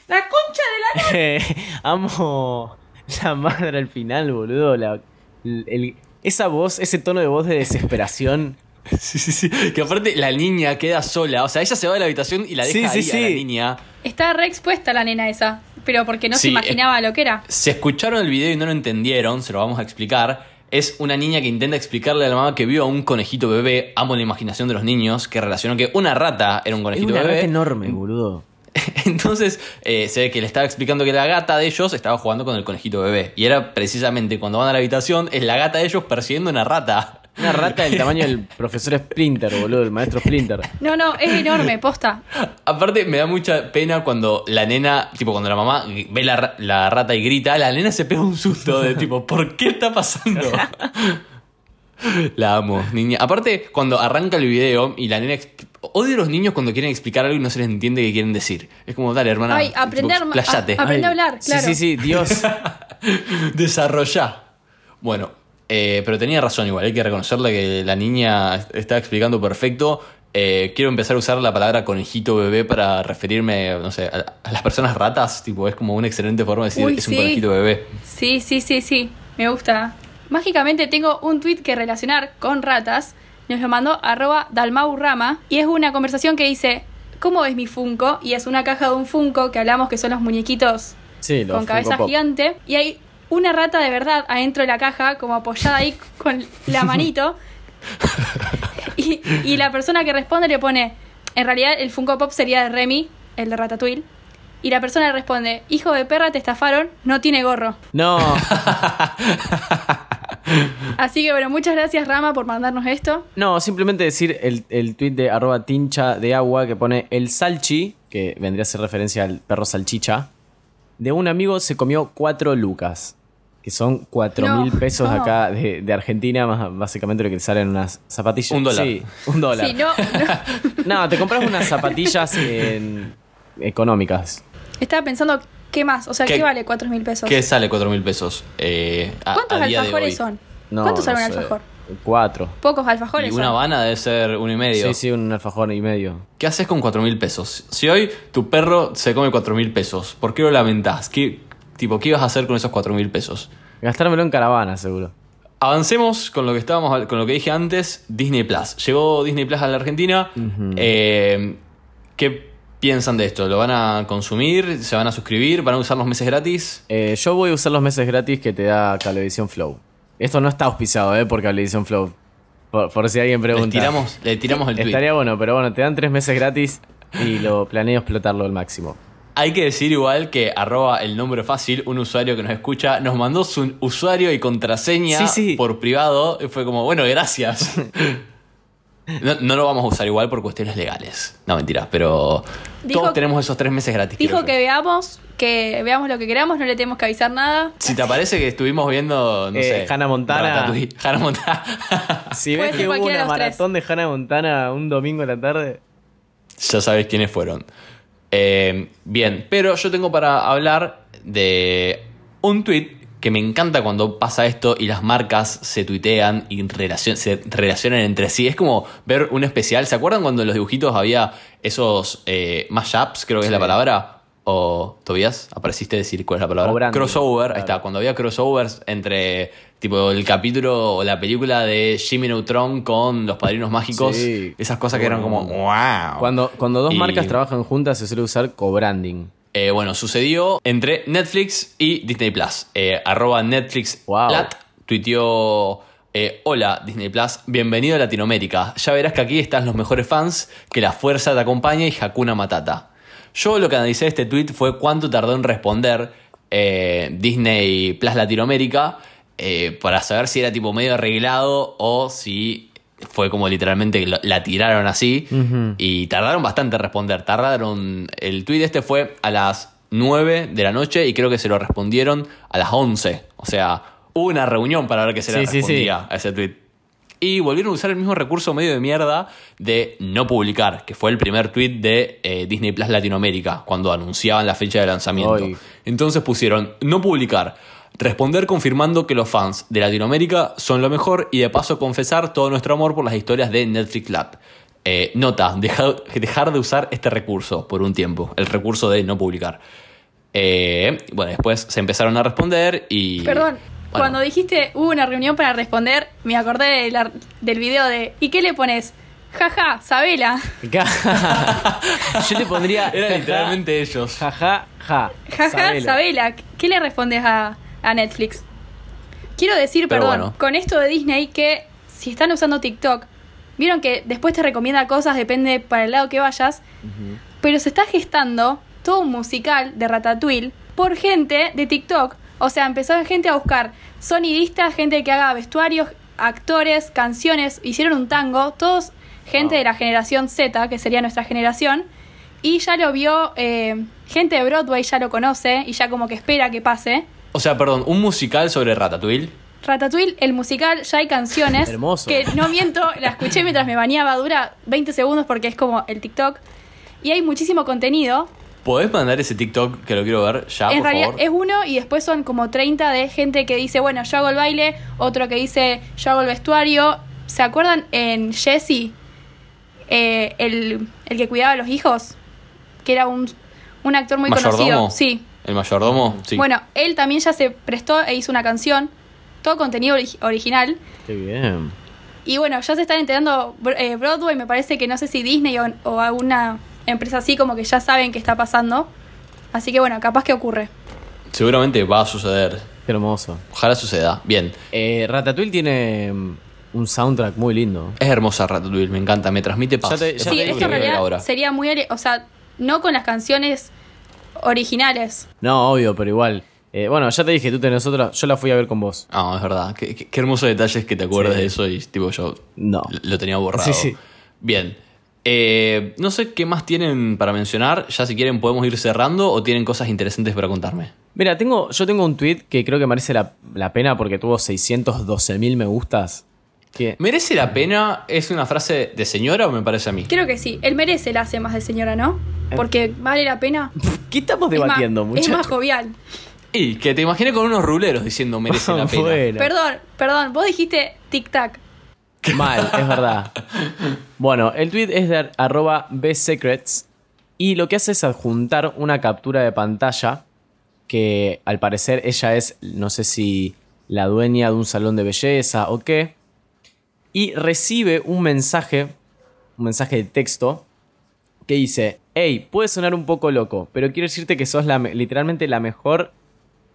S4: La concha de la lora.
S2: Amo la madre al final, boludo. La- el- esa voz, ese tono de voz de desesperación.
S1: Sí, sí, sí. Que aparte la niña queda sola. O sea, ella se va de la habitación y la
S2: Sí,
S1: deja
S2: sí,
S1: ahí a la
S2: sí.
S1: niña.
S3: Está re expuesta la nena esa, pero porque no
S1: Sí,
S3: se imaginaba lo que era.
S1: Se escucharon el video y no lo entendieron, se lo vamos a explicar. Es una niña que intenta explicarle a la mamá que vio a un conejito bebé, amo la imaginación de los niños, que relacionó que una rata era un
S2: Es
S1: conejito
S2: una
S1: bebé.
S2: rata enorme, boludo.
S1: Entonces eh, se ve que le estaba explicando que la gata de ellos estaba jugando con el conejito bebé. Y era precisamente cuando van a la habitación, es la gata de ellos persiguiendo una rata.
S2: Una rata del tamaño del profesor Splinter, boludo, el maestro Splinter.
S3: No, no, es enorme, posta.
S1: Aparte, me da mucha pena cuando la nena, tipo, cuando la mamá ve la, ra- la rata y grita, la nena se pega un susto de tipo, ¿por qué está pasando? La amo, niña. Aparte, cuando arranca el video y la nena. exp- Odio a los niños cuando quieren explicar algo y no se les entiende qué quieren decir. Es como, dale, hermana.
S3: Ay, aprender-
S1: tipo, explayate.
S3: a- Aprende
S2: Ay,
S3: hablar, claro.
S2: Sí, sí, sí, Dios.
S1: Desarrollá. Bueno, eh, pero tenía razón igual, hay que reconocerle que la niña está explicando perfecto. Eh, quiero empezar a usar la palabra conejito bebé para referirme, no sé, a, a las personas ratas. Tipo, es como una excelente forma de decir
S3: Uy,
S1: es
S3: sí.
S1: un conejito bebé.
S3: Sí, sí, sí, sí. Me gusta. Mágicamente tengo un tweet que relacionar con ratas. Nos lo mandó arroba dalmaurama. Y es una conversación que dice, ¿cómo ves mi Funko? Y es una caja de un Funko que hablamos que son los muñequitos
S2: Sí, los
S3: con cabeza
S2: Funko Pop.
S3: gigante. Y hay una rata de verdad adentro de la caja, como apoyada ahí con la manito. y, y la persona que responde le pone, en realidad el Funko Pop sería de Remy, el de Ratatouille. Y la persona le responde, hijo de perra, te estafaron, no tiene gorro.
S2: No,
S3: Así que bueno, muchas gracias Rama por mandarnos esto.
S2: no, simplemente decir el, el tweet de arroba tincha de agua que pone el salchi, que vendría a ser referencia al perro salchicha, de un amigo se comió cuatro lucas, que son cuatro
S3: No,
S2: mil pesos
S3: no.
S2: acá de, de Argentina, más básicamente lo que salen unas zapatillas.
S1: Un dólar.
S2: Sí, un dólar.
S3: Si no, no-
S2: No, te compras unas zapatillas en- económicas.
S3: estaba pensando, ¿qué más? O sea, ¿qué,
S1: ¿Qué-
S3: vale 4 mil pesos?
S1: ¿Qué sale 4 mil pesos? Eh, a-
S3: ¿Cuántos
S1: a día de
S3: alfajores
S1: hoy?
S3: son?
S2: No,
S3: ¿Cuántos
S2: no
S3: sale un
S2: sé,
S3: alfajor?
S2: Cuatro.
S3: Pocos alfajores
S1: Y una
S3: son.
S1: habana debe ser uno y medio.
S2: Sí, sí, un alfajor y medio.
S1: ¿Qué haces con 4 mil pesos? Si hoy tu perro se come 4 mil pesos, ¿por qué lo lamentás? ¿Qué, tipo, ¿qué ibas a hacer con esos 4 mil pesos?
S2: Gastármelo en caravana, seguro.
S1: Avancemos con lo que estábamos con lo que dije antes, Disney Plus. Llegó Disney Plus a la Argentina. Eh, ¿Qué piensan de esto? ¿Lo van a consumir? ¿Se van a suscribir? ¿Van a usar los meses gratis?
S2: Eh, yo voy a usar los meses gratis que te da Cablevisión Flow. Esto no está auspiciado, ¿eh? Por Cablevisión Flow. Por, por si alguien
S1: Le
S2: pregunta.
S1: tiramos, le tiramos el tweet.
S2: Estaría bueno, pero bueno, te dan tres meses gratis y lo planeo explotarlo al máximo.
S1: Hay que decir igual que arroba el nombre fácil, un usuario que nos escucha, nos mandó su usuario y contraseña
S2: Sí, sí.
S1: por privado. Y fue como, bueno, gracias. No, no lo vamos a usar igual por cuestiones legales. No, mentiras, pero
S3: Dijo-
S1: todos tenemos esos tres meses gratis. creo
S3: Dijo
S1: yo.
S3: que veamos, que veamos lo que queramos, no le tenemos que avisar nada.
S1: Si te parece que estuvimos viendo, no
S2: Eh,
S1: sé.
S2: Hannah Montana.
S1: Ratatouille. Hannah Montana.
S2: Si
S3: Puede
S2: ves
S3: ser
S2: que hubo
S3: cualquiera de
S2: una
S3: los tres.
S2: maratón de Hannah Montana un domingo a la tarde.
S1: ya sabes quiénes fueron. Eh, bien, pero yo tengo para hablar de un tweet que me encanta cuando pasa esto y las marcas se tuitean y relacion- se relacionan entre sí. Es como ver un especial. ¿Se acuerdan cuando en los dibujitos había esos eh, mashups, creo que es la palabra? O, Tobías, apareciste a decir cuál es la palabra.
S2: O branding,
S1: crossover, ahí
S2: claro.
S1: está, cuando había crossovers entre tipo el capítulo o la película de Jimmy Neutron con los padrinos mágicos,
S2: Sí.
S1: esas cosas que eran como wow.
S2: Cuando, cuando dos
S1: Ah, Y-
S2: marcas trabajan juntas se suele usar co-branding.
S1: Eh, bueno, sucedió entre Netflix y Disney Plus. Eh, arroba Netflix
S2: Wow.
S1: Plat tuiteó. eh, Hola Disney Plus, bienvenido a Latinoamérica. Ya verás que aquí están los mejores fans, que la fuerza te acompaña y Hakuna Matata. Yo lo que analicé de este tweet fue cuánto tardó en responder eh, Disney Plus Latinoamérica eh, para saber si era tipo medio arreglado o si fue como literalmente que lo- la tiraron así. Y tardaron bastante en responder. Tardaron. El tweet este fue a las 9 de la noche y creo que se lo respondieron a las 11. O sea, hubo una reunión para ver qué se le
S2: Sí, sí, sí.
S1: respondía a ese tweet. Y volvieron a usar el mismo recurso medio de mierda de no publicar, que fue el primer tweet de eh, Disney Plus Latinoamérica, cuando anunciaban la fecha de lanzamiento.
S2: Ay.
S1: Entonces pusieron no publicar, responder confirmando que los fans de Latinoamérica son lo mejor y de paso confesar todo nuestro amor por las historias de Netflix Lab. Eh, nota, deja- dejar de usar este recurso por un tiempo, el recurso de no publicar. Eh, bueno, después se empezaron a responder y...
S3: Perdón,
S1: bueno.
S3: cuando dijiste hubo una reunión para responder, me acordé de la- del video de ¿Y qué le pones? Jaja, Sabela.
S2: Yo te pondría.
S1: Era literalmente ellos.
S2: Jaja, ja.
S3: Jaja,
S2: Sabela.
S3: Sabela. ¿Qué le respondes a, a Netflix? Quiero decir,
S1: Pero
S3: perdón,
S1: bueno.
S3: con esto de Disney que si están usando TikTok, vieron que después te recomienda cosas, depende para el lado que vayas, pero se está gestando todo un musical de Ratatouille por gente de TikTok. O sea, empezó gente a buscar sonidistas, gente que haga vestuarios, actores, canciones, hicieron un tango, todos gente de la generación Z, que sería nuestra generación, y ya lo vio, eh, gente de Broadway ya lo conoce y ya como que espera que pase.
S1: O sea, perdón, un musical sobre Ratatouille.
S3: Ratatouille, el musical, ya hay canciones.
S2: Hermoso.
S3: Que no miento, la escuché mientras me bañaba, dura 20 segundos porque es como el TikTok. Y hay muchísimo contenido.
S1: ¿Podés mandar ese TikTok que lo quiero ver ya,
S3: en
S1: Ah, por
S3: realidad
S1: favor?
S3: es uno y después son como 30 de gente que dice, bueno, yo hago el baile, otro que dice, yo hago el vestuario. ¿Se acuerdan en Jesse, eh, el, el que cuidaba a los hijos? Que era un, un actor muy conocido.
S1: ¿Mayordomo?
S3: Sí.
S1: ¿El mayordomo? Sí.
S3: Bueno, él también ya se prestó e hizo una canción, todo contenido ori- original.
S2: Qué bien.
S3: Y bueno, ya se están enterando Bro- eh, Broadway, me parece que no sé si Disney o, o alguna empresa así como que ya saben qué está pasando. Así que bueno, capaz que ocurre.
S1: Seguramente va a suceder.
S2: Qué hermoso.
S1: Ojalá suceda. Bien.
S2: Eh, Ratatouille tiene mm, un soundtrack muy lindo.
S1: Es hermosa Ratatouille, me encanta, me transmite paz.
S2: Ya te- ya
S1: Eso
S2: te
S3: sí,
S1: es lo
S3: es
S2: digo
S3: que en
S1: quiero ver
S3: realidad
S1: ahora.
S3: sería muy... ale- O sea, no con las canciones originales.
S2: No, obvio, pero igual. Eh, bueno, ya te dije, tú tenés otra. Yo la fui a ver con vos.
S1: No, es verdad. Qué, qué- qué hermosos detalles que te acuerdas
S2: Sí.
S1: de eso y tipo yo
S2: No.
S1: lo tenía borrado.
S2: Sí, sí.
S1: Bien. Eh, no sé qué más tienen para mencionar. Ya si quieren podemos ir cerrando o tienen cosas interesantes para contarme.
S2: Mira, tengo, yo tengo un tweet que creo que merece la, la pena porque tuvo 612.000 me gustas. Que,
S1: ¿Merece la pena? ¿Es una frase de señora o me parece a mí?
S3: Creo que sí, él merece la hace más de señora, ¿no? Porque vale la pena.
S2: ¿Qué estamos
S3: Es más-
S2: debatiendo,
S3: es
S2: muchachos?
S3: más jovial.
S1: Y que te imaginé con unos ruleros diciendo merece la pena.
S2: Bueno.
S3: Perdón, perdón, vos dijiste tic-tac.
S2: Mal, es verdad. Bueno, el tweet es de ar- arroba bsecrets y lo que hace es adjuntar una captura de pantalla que al parecer ella es, no sé si la dueña de un salón de belleza o qué, y recibe un mensaje, un mensaje de texto que dice, hey, puede sonar un poco loco, pero quiero decirte que sos la me- literalmente la mejor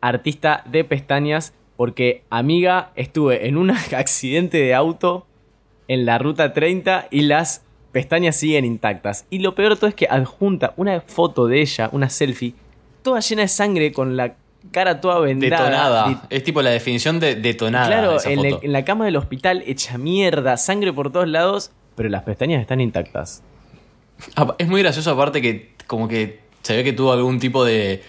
S2: artista de pestañas porque, amiga, estuve en un accidente de auto en la ruta 30 y las pestañas siguen intactas. Y lo peor de todo es que adjunta una foto de ella, una selfie, toda llena de sangre con la cara toda vendada.
S1: Detonada.
S2: de-
S1: Es tipo la definición de detonada.
S2: Claro,
S1: esa
S2: en la,
S1: foto.
S2: en la cama del hospital hecha mierda, sangre por todos lados, pero las pestañas están intactas.
S1: Ah, Es muy gracioso aparte que como que se ve que tuvo algún tipo de,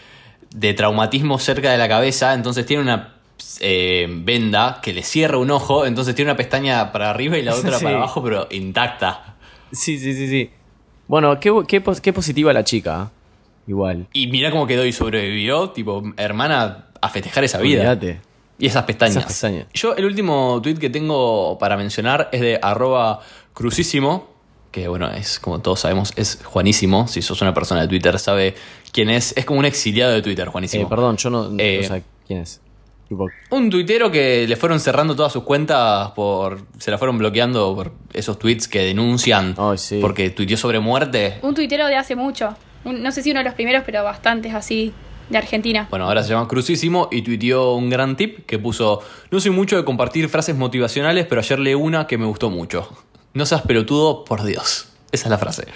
S1: de traumatismo cerca de la cabeza, entonces tiene una eh, venda que le cierra un ojo, entonces tiene una pestaña para arriba y la otra
S2: Sí.
S1: para abajo, pero intacta.
S2: Sí, sí, sí, sí. Bueno, qué, bu- qué, pos- qué positiva la chica. ¿eh? Igual.
S1: Y mira cómo quedó y sobrevivió, tipo, hermana, a festejar esa vida.
S2: Olvídate.
S1: Y esas pestañas.
S2: Esas pestañas.
S1: Yo el último tweet que tengo para mencionar es de arroba crucísimo, que bueno, es como todos sabemos, es Juanísimo. Si sos una persona de Twitter, sabe quién es. Es como un exiliado de Twitter, Juanísimo.
S2: Eh, perdón, yo no, no-
S1: Eh,
S2: o sea, ¿quién es? Tipo,
S1: Un tuitero que le fueron cerrando todas sus cuentas por. se la fueron bloqueando por esos tweets que denuncian
S2: Ay, sí.
S1: porque tuiteó sobre muerte.
S3: Un tuitero de hace mucho. Un- no sé si uno de los primeros, pero bastantes así de Argentina.
S1: Bueno, ahora se llama Crucísimo y tuiteó un gran tip que puso: No soy mucho de compartir frases motivacionales, pero ayer leí una que me gustó mucho. No seas pelotudo, por Dios. Esa es la frase.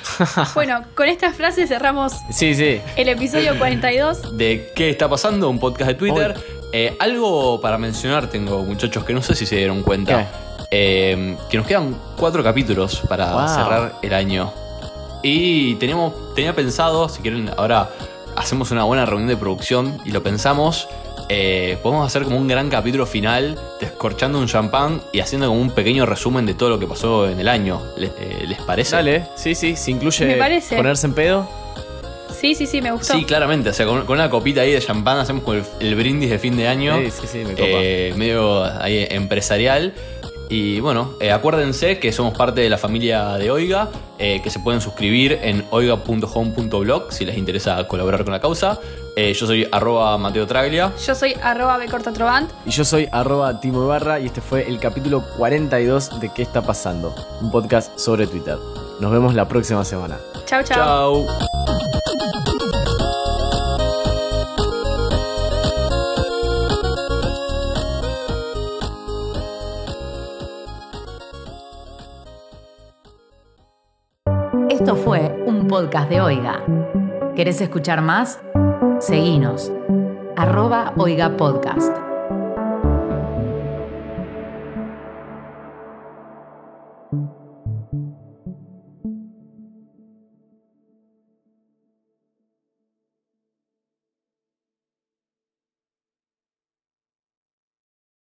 S3: Bueno, con esta frase cerramos
S2: Sí, sí.
S3: el episodio 42.
S1: de qué está pasando, un podcast de Twitter. Eh, algo para mencionar tengo, muchachos, que no sé si se dieron cuenta.
S2: Ah,
S1: Eh, que nos quedan cuatro capítulos para
S2: Wow.
S1: cerrar el año. Y tenemos, tenía pensado, si quieren, ahora hacemos una buena reunión de producción y lo pensamos. eh, podemos hacer como un gran capítulo final, descorchando un champán y haciendo como un pequeño resumen de todo lo que pasó en el año. ¿Les, eh, les parece?
S2: Dale, sí, sí, se incluye
S3: Me parece.
S2: ponerse en pedo.
S3: Sí, sí, sí, me gustó.
S1: Sí, claramente. O sea, con, con una copita ahí de champán hacemos como el, el brindis de fin de año.
S2: Sí, sí, sí, me copa.
S1: eh, medio ahí empresarial. Y bueno, eh, acuérdense que somos parte de la familia de Oiga, eh, que se pueden suscribir en oiga.home.blog si les interesa colaborar con la causa. Eh, yo soy arroba Mateo Traglia.
S3: Yo soy arroba becortatrovant.
S2: Y yo soy arroba Timo Ibarra y este fue el capítulo 42 de ¿Qué está pasando? Un podcast sobre Twitter. Nos vemos la próxima semana.
S3: Chau, chau.
S1: Chao.
S5: Esto fue un podcast de Oiga. ¿Querés escuchar más? Seguinos. Arroba Oiga Podcast.